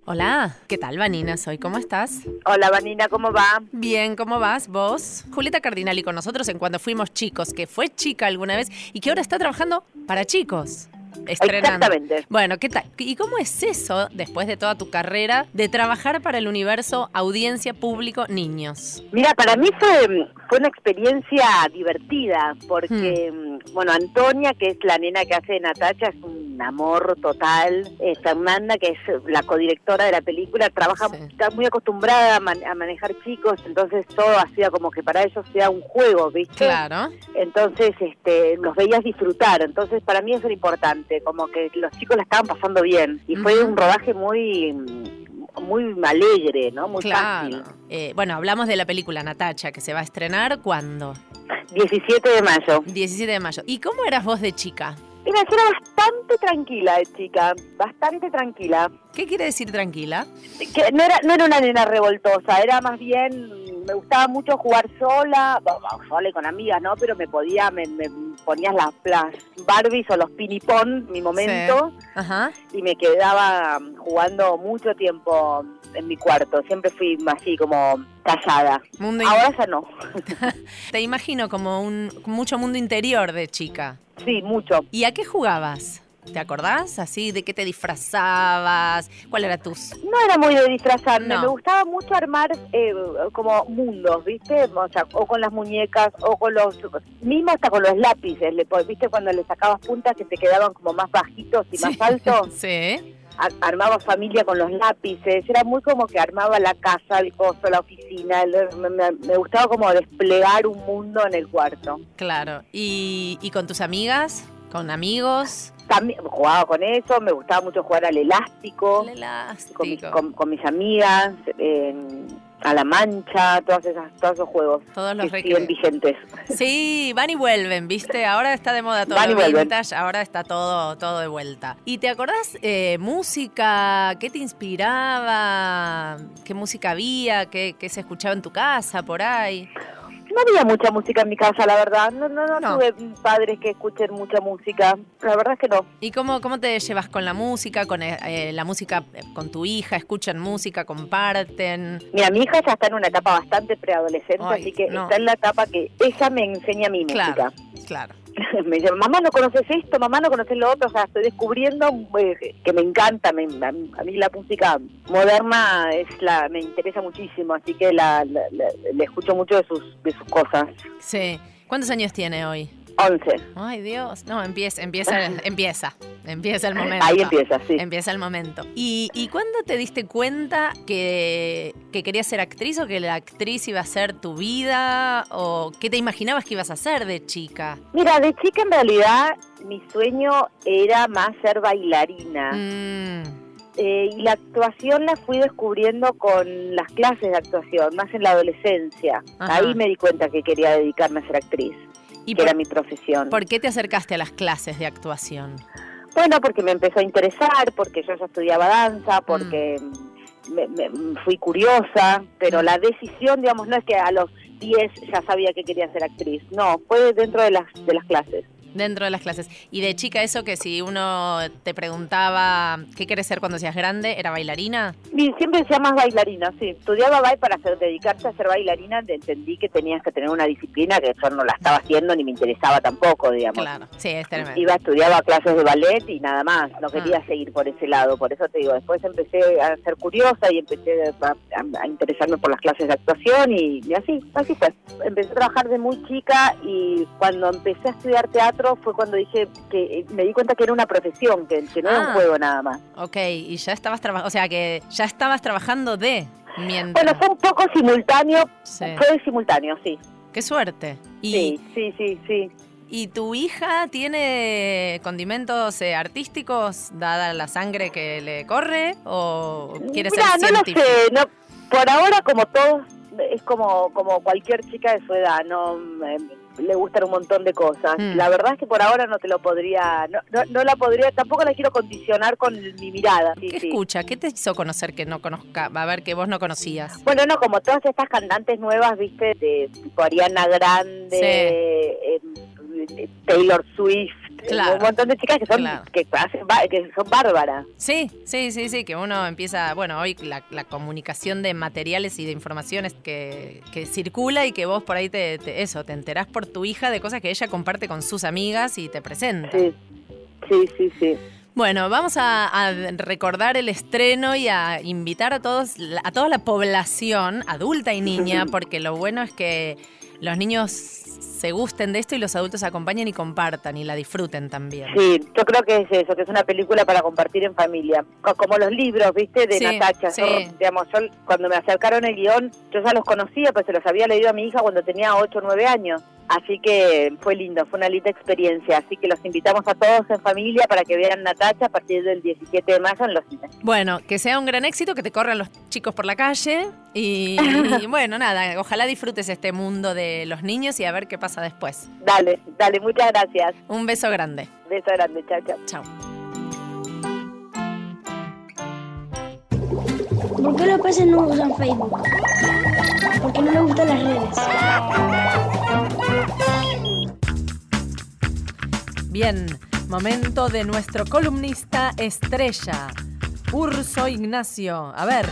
[SPEAKER 2] Hola, ¿qué tal, Vanina? Soy, ¿cómo estás?
[SPEAKER 13] Hola, Vanina, ¿cómo va?
[SPEAKER 2] Bien, ¿cómo vas vos? Julieta Cardinali con nosotros en Cuando Fuimos Chicos, que fue chica alguna vez y que ahora está trabajando para chicos. Estrenando.
[SPEAKER 13] Exactamente.
[SPEAKER 2] Bueno, ¿qué tal? ¿Y cómo es eso, después de toda tu carrera, de trabajar para el universo audiencia, público, niños?
[SPEAKER 13] Mira, para mí fue, fue una experiencia divertida, porque,
[SPEAKER 2] Hmm.
[SPEAKER 13] mm, bueno, Antonia, que es la nena que hace de Natacha, es un amor total. Eh, Fernanda, que es la codirectora de la película, trabaja, está muy acostumbrada a, man- a manejar chicos, entonces todo hacía como que para ellos sea un juego, ¿viste?
[SPEAKER 2] Claro.
[SPEAKER 13] Entonces, este, los veías disfrutar. Entonces, para mí eso era importante, como que los chicos la estaban pasando bien. Y fue
[SPEAKER 2] Ujú.
[SPEAKER 13] un rodaje muy mm, muy alegre, ¿no? Muy
[SPEAKER 2] claro.
[SPEAKER 13] fácil.
[SPEAKER 2] Eh, bueno, hablamos de la película Natacha, que se va a estrenar ¿cuándo?
[SPEAKER 13] 17 de mayo.
[SPEAKER 2] 17 de mayo. ¿Y cómo eras vos de chica?
[SPEAKER 13] Mira, yo era bastante tranquila de chica, bastante tranquila.
[SPEAKER 2] ¿Qué quiere decir tranquila?
[SPEAKER 13] Que no era, no era una nena revoltosa, era más bien, me gustaba mucho jugar sola, bueno, bueno, sola y con amigas, ¿no? Pero me podía, me, me ponías las, las Barbies o los pinipón, mi momento,
[SPEAKER 2] Ajá.
[SPEAKER 13] y me quedaba um, jugando mucho tiempo en mi cuarto. Siempre fui así como callada.
[SPEAKER 2] Mundo
[SPEAKER 13] Ahora ya no.
[SPEAKER 2] Te imagino como un mucho mundo interior de chica.
[SPEAKER 13] Sí, mucho.
[SPEAKER 2] ¿Y a qué jugabas? ¿Te acordás? Así, ¿de qué te disfrazabas? ¿Cuál era tus...?
[SPEAKER 13] No era muy de disfrazarme,
[SPEAKER 2] No.
[SPEAKER 13] me gustaba mucho armar eh, como mundos, ¿viste? O sea, o con las muñecas, o con los... Mismo hasta con los lápices, le pon- ¿viste? Cuando le sacabas puntas que te quedaban como más bajitos y más altos.
[SPEAKER 2] Sí.
[SPEAKER 13] a- Armaba familia con los lápices, era muy como que armaba la casa, el costo, la oficina, el- me, me- me gustaba como desplegar un mundo en el cuarto.
[SPEAKER 2] Claro. ¿Y, y con tus amigas? ¿Con amigos?
[SPEAKER 13] También jugaba con eso, me gustaba mucho jugar al elástico, Con, mis, con- con mis amigas, eh, a la mancha, todas esas, todos esos juegos
[SPEAKER 2] Todos los
[SPEAKER 13] que siguen vigentes.
[SPEAKER 2] Sí, van y vuelven, ¿viste? Ahora está de moda todo
[SPEAKER 13] Van y
[SPEAKER 2] lo
[SPEAKER 13] vuelven.
[SPEAKER 2] vintage, ahora está todo, todo de vuelta. ¿Y te acordás eh, música? ¿Qué te inspiraba? ¿Qué música había? ¿Qué, qué se escuchaba en tu casa por ahí?
[SPEAKER 13] No había mucha música en mi casa, la verdad. No, no, no,
[SPEAKER 2] No.
[SPEAKER 13] tuve padres que escuchen mucha música. La verdad es que no.
[SPEAKER 2] ¿Y cómo, cómo te llevas con la música, con eh, eh, la música eh, con tu hija? ¿Escuchan música? ¿Comparten?
[SPEAKER 13] Mira, mi hija ya está en una etapa bastante preadolescente,
[SPEAKER 2] Ay,
[SPEAKER 13] así que
[SPEAKER 2] no.
[SPEAKER 13] está en la etapa que ella me enseña mi
[SPEAKER 2] Claro,
[SPEAKER 13] música.
[SPEAKER 2] claro.
[SPEAKER 13] me dice, mamá, no conoces esto, mamá, no conoces lo otro. O sea, estoy descubriendo eh, que me encanta. me- a, mí, a mí la música moderna es la me interesa muchísimo, así que la, la- la- le escucho mucho de sus, de sus cosas.
[SPEAKER 2] Sí. ¿Cuántos años tiene hoy?
[SPEAKER 13] Once.
[SPEAKER 2] Ay, Dios. No, empieza, empieza, empieza. Empieza el momento. Eh.
[SPEAKER 13] Ahí empieza, sí.
[SPEAKER 2] Empieza el momento. ¿Y, y cuándo te diste cuenta que, que querías ser actriz o que la actriz iba a ser tu vida? ¿O qué te imaginabas que ibas a hacer de chica?
[SPEAKER 13] Mira, de chica en realidad mi sueño era más ser bailarina.
[SPEAKER 2] Mm.
[SPEAKER 13] Eh, y la actuación la fui descubriendo con las clases de actuación, más en la adolescencia.
[SPEAKER 2] Ajá.
[SPEAKER 13] Ahí me di cuenta que quería dedicarme a ser actriz,
[SPEAKER 2] ¿Y
[SPEAKER 13] que
[SPEAKER 2] por-
[SPEAKER 13] era mi profesión.
[SPEAKER 2] ¿Por qué te acercaste a las clases de actuación?
[SPEAKER 13] Bueno, porque me empezó a interesar, porque yo ya estudiaba danza, porque me- me- fui curiosa, pero la decisión, digamos, no es que a los 10 ya sabía que quería ser actriz, no, fue dentro de las, de las clases.
[SPEAKER 2] Dentro de las clases. Y de chica, eso que si uno te preguntaba qué querés ser cuando seas grande, ¿era bailarina?
[SPEAKER 13] Y siempre decía más bailarina, sí. Estudiaba baile para hacer, dedicarse a ser bailarina, entendí que tenías que tener una disciplina que yo no la estaba haciendo ni me interesaba tampoco, digamos.
[SPEAKER 2] Claro, sí, es tremendo.
[SPEAKER 13] Iba, estudiaba clases de ballet y nada más,
[SPEAKER 2] Ah.
[SPEAKER 13] no quería seguir por ese lado, por eso te digo, después empecé a ser curiosa y empecé a, a- a interesarme por las clases de actuación y, y así, así fue. Empecé a trabajar de muy chica y cuando empecé a estudiar teatro fue cuando dije que eh, me di cuenta que era una profesión, que, que no era
[SPEAKER 2] Ah.
[SPEAKER 13] un juego nada más.
[SPEAKER 2] Ok, y ya estabas trabajando, o sea que ya estabas trabajando de mientras.
[SPEAKER 13] Bueno, fue un poco simultáneo,
[SPEAKER 2] Sí.
[SPEAKER 13] fue simultáneo, sí.
[SPEAKER 2] Qué suerte. Y,
[SPEAKER 13] Sí, sí, sí, sí.
[SPEAKER 2] ¿Y tu hija tiene condimentos eh, artísticos, dada la sangre que le corre? ¿O quiere
[SPEAKER 13] Mira,
[SPEAKER 2] ser
[SPEAKER 13] no lo
[SPEAKER 2] científica?
[SPEAKER 13] sé, no, por ahora como todos, es como, como cualquier chica de su edad, no Eh, le gustan un montón de cosas.
[SPEAKER 2] Mm.
[SPEAKER 13] La verdad es que por ahora no te lo podría, no, no, no la podría, tampoco la quiero condicionar con mi mirada. sí,
[SPEAKER 2] ¿Qué
[SPEAKER 13] sí.
[SPEAKER 2] escucha? ¿Qué te hizo conocer que no conozca? Va a ver que vos no conocías.
[SPEAKER 13] Bueno, no, como todas estas cantantes nuevas, viste, de tipo Ariana Grande,
[SPEAKER 2] Sí.
[SPEAKER 13] eh, Taylor Swift,
[SPEAKER 2] Claro.
[SPEAKER 13] un montón de chicas que son,
[SPEAKER 2] Claro.
[SPEAKER 13] que hacen ba- que son bárbaras.
[SPEAKER 2] Sí, sí, sí, sí, que uno empieza, bueno, hoy la, la comunicación de materiales y de informaciones que, que circula y que vos por ahí te, te- eso, te enterás por tu hija de cosas que ella comparte con sus amigas y te presenta.
[SPEAKER 13] Sí, sí, sí, sí.
[SPEAKER 2] Bueno, vamos a, a recordar el estreno y a invitar a todos, a toda la población, adulta y niña, porque lo bueno es que los niños se gusten de esto y los adultos acompañen y compartan y la disfruten también.
[SPEAKER 13] Sí, yo creo que es eso, que es una película para compartir en familia. Co- Como los libros, ¿viste? De
[SPEAKER 2] Sí,
[SPEAKER 13] Natacha.
[SPEAKER 2] sí.
[SPEAKER 13] Yo, digamos, yo cuando me acercaron el guión, yo ya los conocía, pues se los había leído a mi hija cuando tenía 8 o 9 años. Así que fue lindo, fue una linda experiencia. Así que los invitamos a todos en familia para que vean Natacha a partir del 17 de mayo en los cines.
[SPEAKER 2] Bueno, que sea un gran éxito, que te corran los chicos por la calle y, y bueno, nada, ojalá disfrutes este mundo de los niños y a ver qué pasa después.
[SPEAKER 13] Dale, dale, muchas gracias.
[SPEAKER 2] Un beso grande.
[SPEAKER 13] Beso grande, chao, chao.
[SPEAKER 2] Chao.
[SPEAKER 10] ¿Por qué los peces no usan Facebook? Porque no les gustan las redes.
[SPEAKER 2] Bien, momento de nuestro columnista estrella, Urso Ignacio. A ver,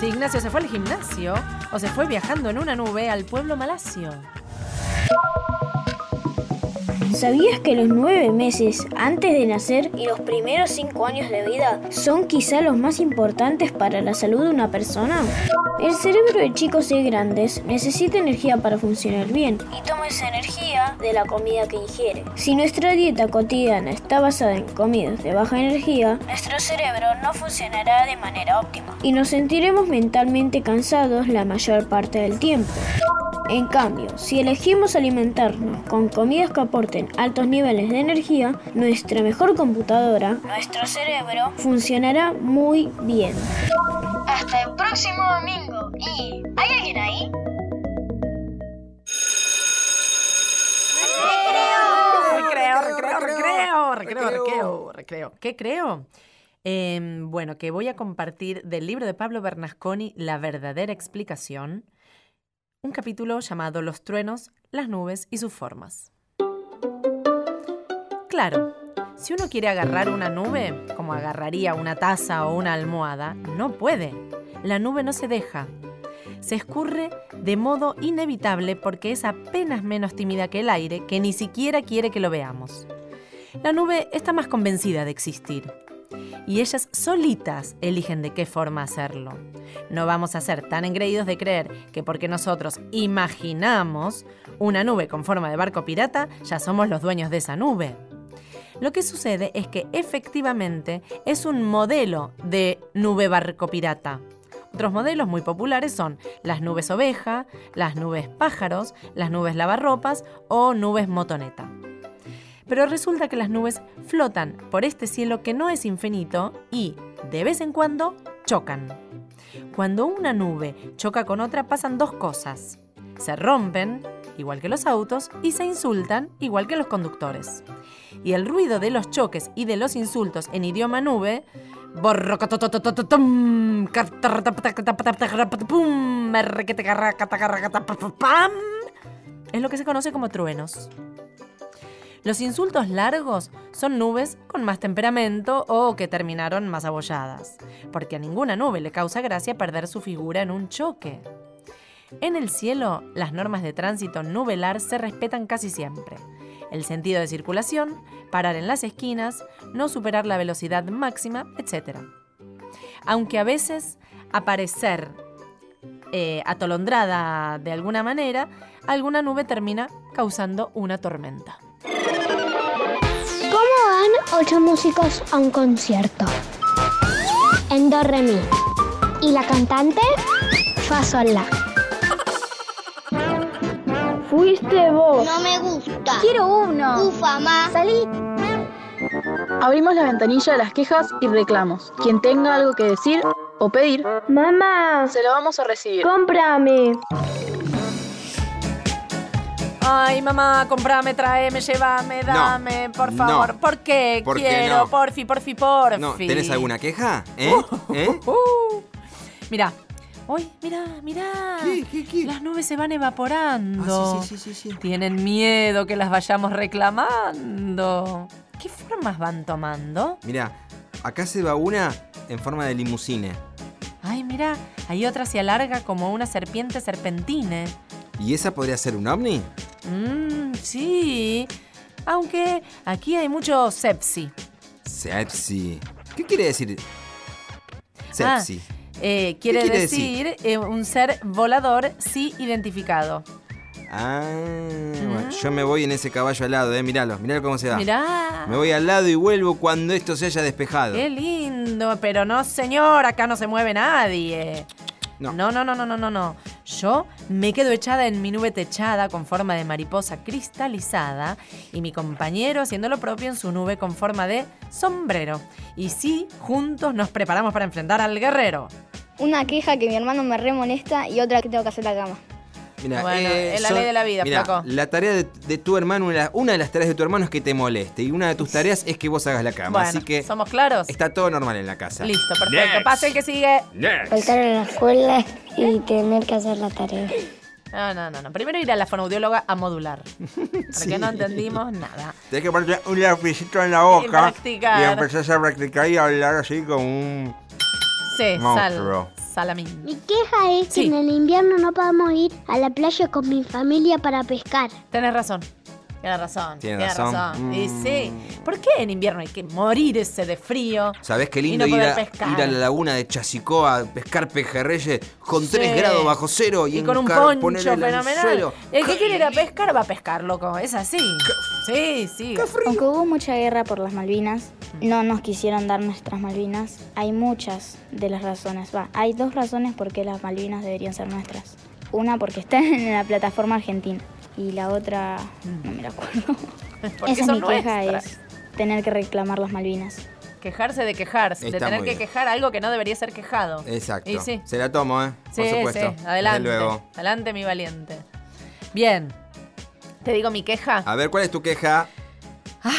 [SPEAKER 2] si Ignacio se fue al gimnasio o se fue viajando en una nube al pueblo malasio.
[SPEAKER 15] ¿Sabías que los nueve meses antes de nacer y los primeros cinco años de vida son quizá los más importantes para la salud de una persona? El cerebro de chicos y grandes necesita energía para funcionar bien y toma esa energía de la comida que ingiere. Si nuestra dieta cotidiana está basada en comidas de baja energía, nuestro cerebro no funcionará de manera óptima y nos sentiremos mentalmente cansados la mayor parte del tiempo. En cambio, si elegimos alimentarnos con comidas que aporten altos niveles de energía, nuestra mejor computadora
[SPEAKER 10] Nuestro cerebro.
[SPEAKER 15] funcionará muy bien.
[SPEAKER 10] Hasta el próximo domingo. ¿Y hay alguien ahí?
[SPEAKER 2] Recreo, recreo, recreo, recreo, recreo, recreo. ¿Qué creo? Eh, bueno, que voy a compartir del libro de Pablo Bernasconi, La verdadera explicación, un capítulo llamado Los truenos, las nubes y sus formas. Claro, si uno quiere agarrar una nube, como agarraría una taza o una almohada, no puede. La nube no se deja, se escurre de modo inevitable porque es apenas menos tímida que el aire, que ni siquiera quiere que lo veamos. La nube está más convencida de existir. Y ellas solitas eligen de qué forma hacerlo. No vamos a ser tan engreídos de creer que porque nosotros imaginamos una nube con forma de barco pirata, ya somos los dueños de esa nube. Lo que sucede es que efectivamente es un modelo de nube barco pirata. Otros modelos muy populares son las nubes oveja, las nubes pájaros, las nubes lavarropas o nubes motoneta. Pero resulta que las nubes flotan por este cielo que no es infinito y, de vez en cuando, chocan. Cuando una nube choca con otra pasan dos cosas. Se rompen, igual que los autos, y se insultan, igual que los conductores. Y el ruido de los choques y de los insultos en idioma nube borrocototototototom, catarratapatacatapatacatapum, merrequetecarracatacarracatapapam, es lo que se conoce como truenos. Los insultos largos son nubes con más temperamento o que terminaron más abolladas, porque a ninguna nube le causa gracia perder su figura en un choque. En el cielo, las normas de tránsito nubelar se respetan casi siempre. El sentido de circulación, parar en las esquinas, no superar la velocidad máxima, etc. Aunque a veces aparecer eh, atolondrada de alguna manera, alguna nube termina causando una tormenta.
[SPEAKER 10] ¿Cómo van ocho músicos a un concierto? En do re mi. Y la cantante fa sol la.
[SPEAKER 15] Fuiste vos.
[SPEAKER 10] No me gusta.
[SPEAKER 6] Quiero uno.
[SPEAKER 10] Ufa, ma. Salí.
[SPEAKER 6] Abrimos la ventanilla de las quejas y reclamos. Quien tenga algo que decir o pedir, mamá, se lo vamos a recibir.
[SPEAKER 15] ¡Cómprame!
[SPEAKER 2] Ay, mamá, comprame, traeme, llévame,
[SPEAKER 3] No,
[SPEAKER 2] dame, por favor.
[SPEAKER 3] no.
[SPEAKER 2] ¿Por qué?
[SPEAKER 3] ¿Por qué
[SPEAKER 2] Quiero,
[SPEAKER 3] no?
[SPEAKER 2] porfi, porfi, porfi. Uh,
[SPEAKER 3] No, ¿tenés alguna queja? ¿Eh? ¿Eh?
[SPEAKER 2] Mira, ¡Uy, mirá, mirá! Las nubes se van evaporando.
[SPEAKER 16] sí, sí, sí, sí.
[SPEAKER 2] Tienen miedo que las vayamos reclamando. ¿Qué formas van tomando?
[SPEAKER 3] Mira, acá se va una en forma de limusine.
[SPEAKER 2] Ay, mirá, hay otra se alarga como una serpiente serpentine.
[SPEAKER 3] ¿Y esa podría ser un ovni?
[SPEAKER 2] Mmm, sí. Aunque aquí hay mucho sepsi.
[SPEAKER 3] Sepsi. ¿Qué quiere decir?
[SPEAKER 2] Ah.
[SPEAKER 3] Sepsi.
[SPEAKER 2] Eh, quiere,
[SPEAKER 3] quiere
[SPEAKER 2] decir, eh, un ser volador sí identificado.
[SPEAKER 3] Ah, bueno, yo me voy en ese caballo al lado, eh. Míralo, míralo cómo se va.
[SPEAKER 2] Mirá.
[SPEAKER 3] Me voy al lado y vuelvo cuando esto se haya despejado.
[SPEAKER 2] Qué lindo, pero no, señor, acá no se mueve nadie.
[SPEAKER 3] No.
[SPEAKER 2] no, no, no, no, no, no, Yo me quedo echada en mi nube techada con forma de mariposa cristalizada y mi compañero haciendo lo propio en su nube con forma de sombrero. Y sí, juntos nos preparamos para enfrentar al guerrero.
[SPEAKER 4] Una queja que mi hermano me re molesta y otra que tengo que hacer la cama.
[SPEAKER 3] Mirá,
[SPEAKER 2] Bueno, es la ley de la vida,
[SPEAKER 3] mirá,
[SPEAKER 2] flaco.
[SPEAKER 3] La tarea de, de tu hermano, una, una de las tareas de tu hermano es que te moleste. Y una de tus tareas es que vos hagas la cama.
[SPEAKER 2] Bueno,
[SPEAKER 3] así que
[SPEAKER 2] ¿somos claros?
[SPEAKER 3] está todo normal en la casa.
[SPEAKER 2] Listo, perfecto. Pase el que sigue.
[SPEAKER 10] Faltar a la escuela y tener que hacer la tarea.
[SPEAKER 2] No, no, no, no. Primero ir a la fonoaudióloga a modular. Porque
[SPEAKER 3] Sí.
[SPEAKER 2] no entendimos nada.
[SPEAKER 3] Tenés que ponerte un lapicito en la
[SPEAKER 2] Y
[SPEAKER 3] boca.
[SPEAKER 2] practicar.
[SPEAKER 3] y empezás a practicar y a hablar así con un.
[SPEAKER 2] Sí,
[SPEAKER 3] Monstruo.
[SPEAKER 2] sal. Salamín.
[SPEAKER 10] Mi queja es que en el invierno no podemos ir a la playa con mi familia para pescar.
[SPEAKER 2] Tenés razón. Tienes razón.
[SPEAKER 3] Tiene
[SPEAKER 2] tienes
[SPEAKER 3] razón.
[SPEAKER 2] Y
[SPEAKER 3] Mm.
[SPEAKER 2] sí. ¿Por qué en invierno hay que morirse de frío?
[SPEAKER 3] ¿Sabés qué
[SPEAKER 2] Y
[SPEAKER 3] lindo
[SPEAKER 2] no
[SPEAKER 3] ir,
[SPEAKER 2] poder
[SPEAKER 3] a,
[SPEAKER 2] pescar.
[SPEAKER 3] ir a la laguna de Chasicó a pescar pejerreyes con
[SPEAKER 2] Sí.
[SPEAKER 3] 3 grados bajo cero y,
[SPEAKER 2] Y con un
[SPEAKER 3] encar-
[SPEAKER 2] poncho
[SPEAKER 3] poner el
[SPEAKER 2] fenomenal.
[SPEAKER 3] anzuelo?
[SPEAKER 2] El que quiere ir a pescar va a pescar, loco. Es así. Sí, sí.
[SPEAKER 4] Aunque hubo mucha guerra por las Malvinas, no nos quisieron dar nuestras Malvinas. Hay muchas de las razones. Va, hay dos razones por qué las Malvinas deberían ser nuestras. Una porque están en la plataforma argentina y la otra no me la acuerdo.
[SPEAKER 2] Porque
[SPEAKER 4] Esa es
[SPEAKER 2] son
[SPEAKER 4] mi queja
[SPEAKER 2] nuestras.
[SPEAKER 4] es tener que reclamar las Malvinas.
[SPEAKER 2] Quejarse de quejarse, de
[SPEAKER 3] Está
[SPEAKER 2] tener
[SPEAKER 3] muy
[SPEAKER 2] que
[SPEAKER 3] bien.
[SPEAKER 2] quejar algo que no debería ser quejado.
[SPEAKER 3] Exacto.
[SPEAKER 2] Y sí.
[SPEAKER 3] Se la tomo, ¿eh?
[SPEAKER 2] Sí,
[SPEAKER 3] Por supuesto.
[SPEAKER 2] sí,
[SPEAKER 3] Desde
[SPEAKER 2] adelante.
[SPEAKER 3] luego.
[SPEAKER 2] Adelante, mi valiente. Bien. Te digo mi queja.
[SPEAKER 3] A ver, ¿cuál es tu queja?
[SPEAKER 2] Ah.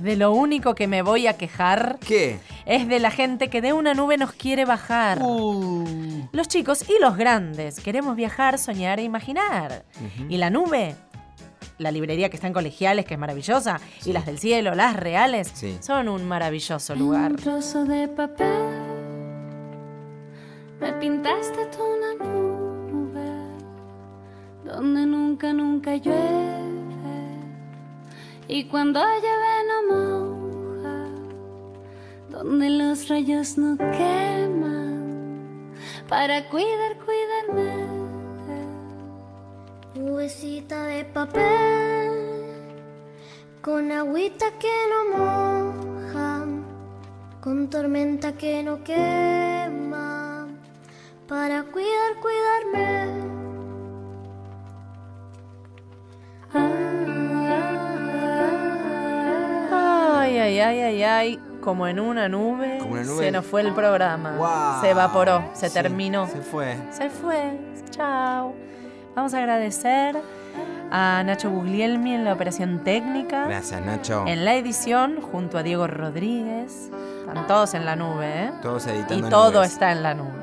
[SPEAKER 2] De lo único que me voy a quejar.
[SPEAKER 3] ¿Qué?
[SPEAKER 2] Es de la gente que de una nube nos quiere bajar.
[SPEAKER 3] Uh.
[SPEAKER 2] Los chicos y los grandes queremos viajar, soñar e imaginar. Y la nube, la librería que está en colegiales, que es maravillosa, y las del cielo, las reales,
[SPEAKER 16] Sí.
[SPEAKER 2] son un maravilloso lugar.
[SPEAKER 16] Un trozo de papel me pintaste tú una nube donde nunca, nunca llueve. Y cuando llueve no moja, donde los rayos no queman para cuidar, cuidarme.
[SPEAKER 17] Nubecita de papel con agüita que no moja, con tormenta que no quema, para cuidar, cuidarme. Ah,
[SPEAKER 2] Ay, ay, ay, ay, ay. Como en una nube,
[SPEAKER 3] una nube.
[SPEAKER 2] se nos fue el programa.
[SPEAKER 3] Guau.
[SPEAKER 2] Se evaporó, se
[SPEAKER 3] Sí,
[SPEAKER 2] terminó.
[SPEAKER 3] Se fue.
[SPEAKER 2] Se fue. Chao. Vamos a agradecer a Nacho Guglielmi en la operación técnica.
[SPEAKER 3] Gracias, Nacho.
[SPEAKER 2] En la edición, junto a Diego Rodríguez. Están todos en la nube, ¿eh?
[SPEAKER 3] Todos editando
[SPEAKER 2] Y
[SPEAKER 3] en
[SPEAKER 2] todo
[SPEAKER 3] nubes.
[SPEAKER 2] está en la nube.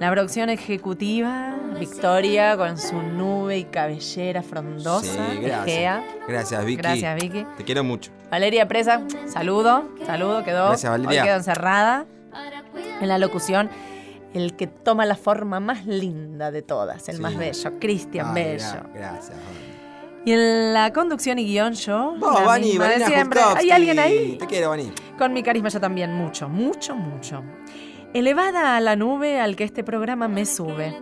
[SPEAKER 2] La producción ejecutiva, Victoria, con su nube y cabellera frondosa,
[SPEAKER 3] Sí,
[SPEAKER 2] ejea.
[SPEAKER 3] gracias. Gracias, Vicky.
[SPEAKER 2] ah. Gracias, Vicky.
[SPEAKER 3] Te quiero mucho.
[SPEAKER 2] Valeria Presa, saludo, saludo, quedó.
[SPEAKER 3] Gracias, Valeria.
[SPEAKER 2] Hoy quedó encerrada. En la locución, el que toma la forma más linda de todas, el
[SPEAKER 3] Sí. Ah,
[SPEAKER 2] más bello, Cristian
[SPEAKER 3] Ay,
[SPEAKER 2] Bello.
[SPEAKER 3] gra- Gracias.
[SPEAKER 2] Y en la conducción y guión yo,
[SPEAKER 3] Vos,
[SPEAKER 2] la
[SPEAKER 3] Vani,
[SPEAKER 2] misma de
[SPEAKER 3] Vanina
[SPEAKER 2] siempre.
[SPEAKER 3] Justovsky.
[SPEAKER 2] ¿Hay alguien ahí?
[SPEAKER 3] Te quiero, Vani.
[SPEAKER 2] Con mi carisma yo también, mucho, mucho, mucho. Elevada a la nube al que este programa me sube.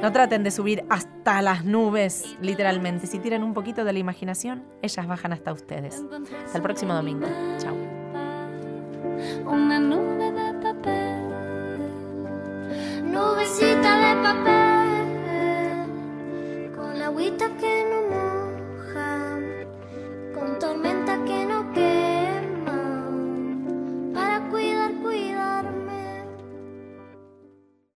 [SPEAKER 2] No traten de subir hasta las nubes, literalmente. Si tiran un poquito de la imaginación, ellas bajan hasta ustedes. Hasta el próximo domingo. Chao.
[SPEAKER 16] Una nube de papel.
[SPEAKER 17] Nubecita de papel con agüita que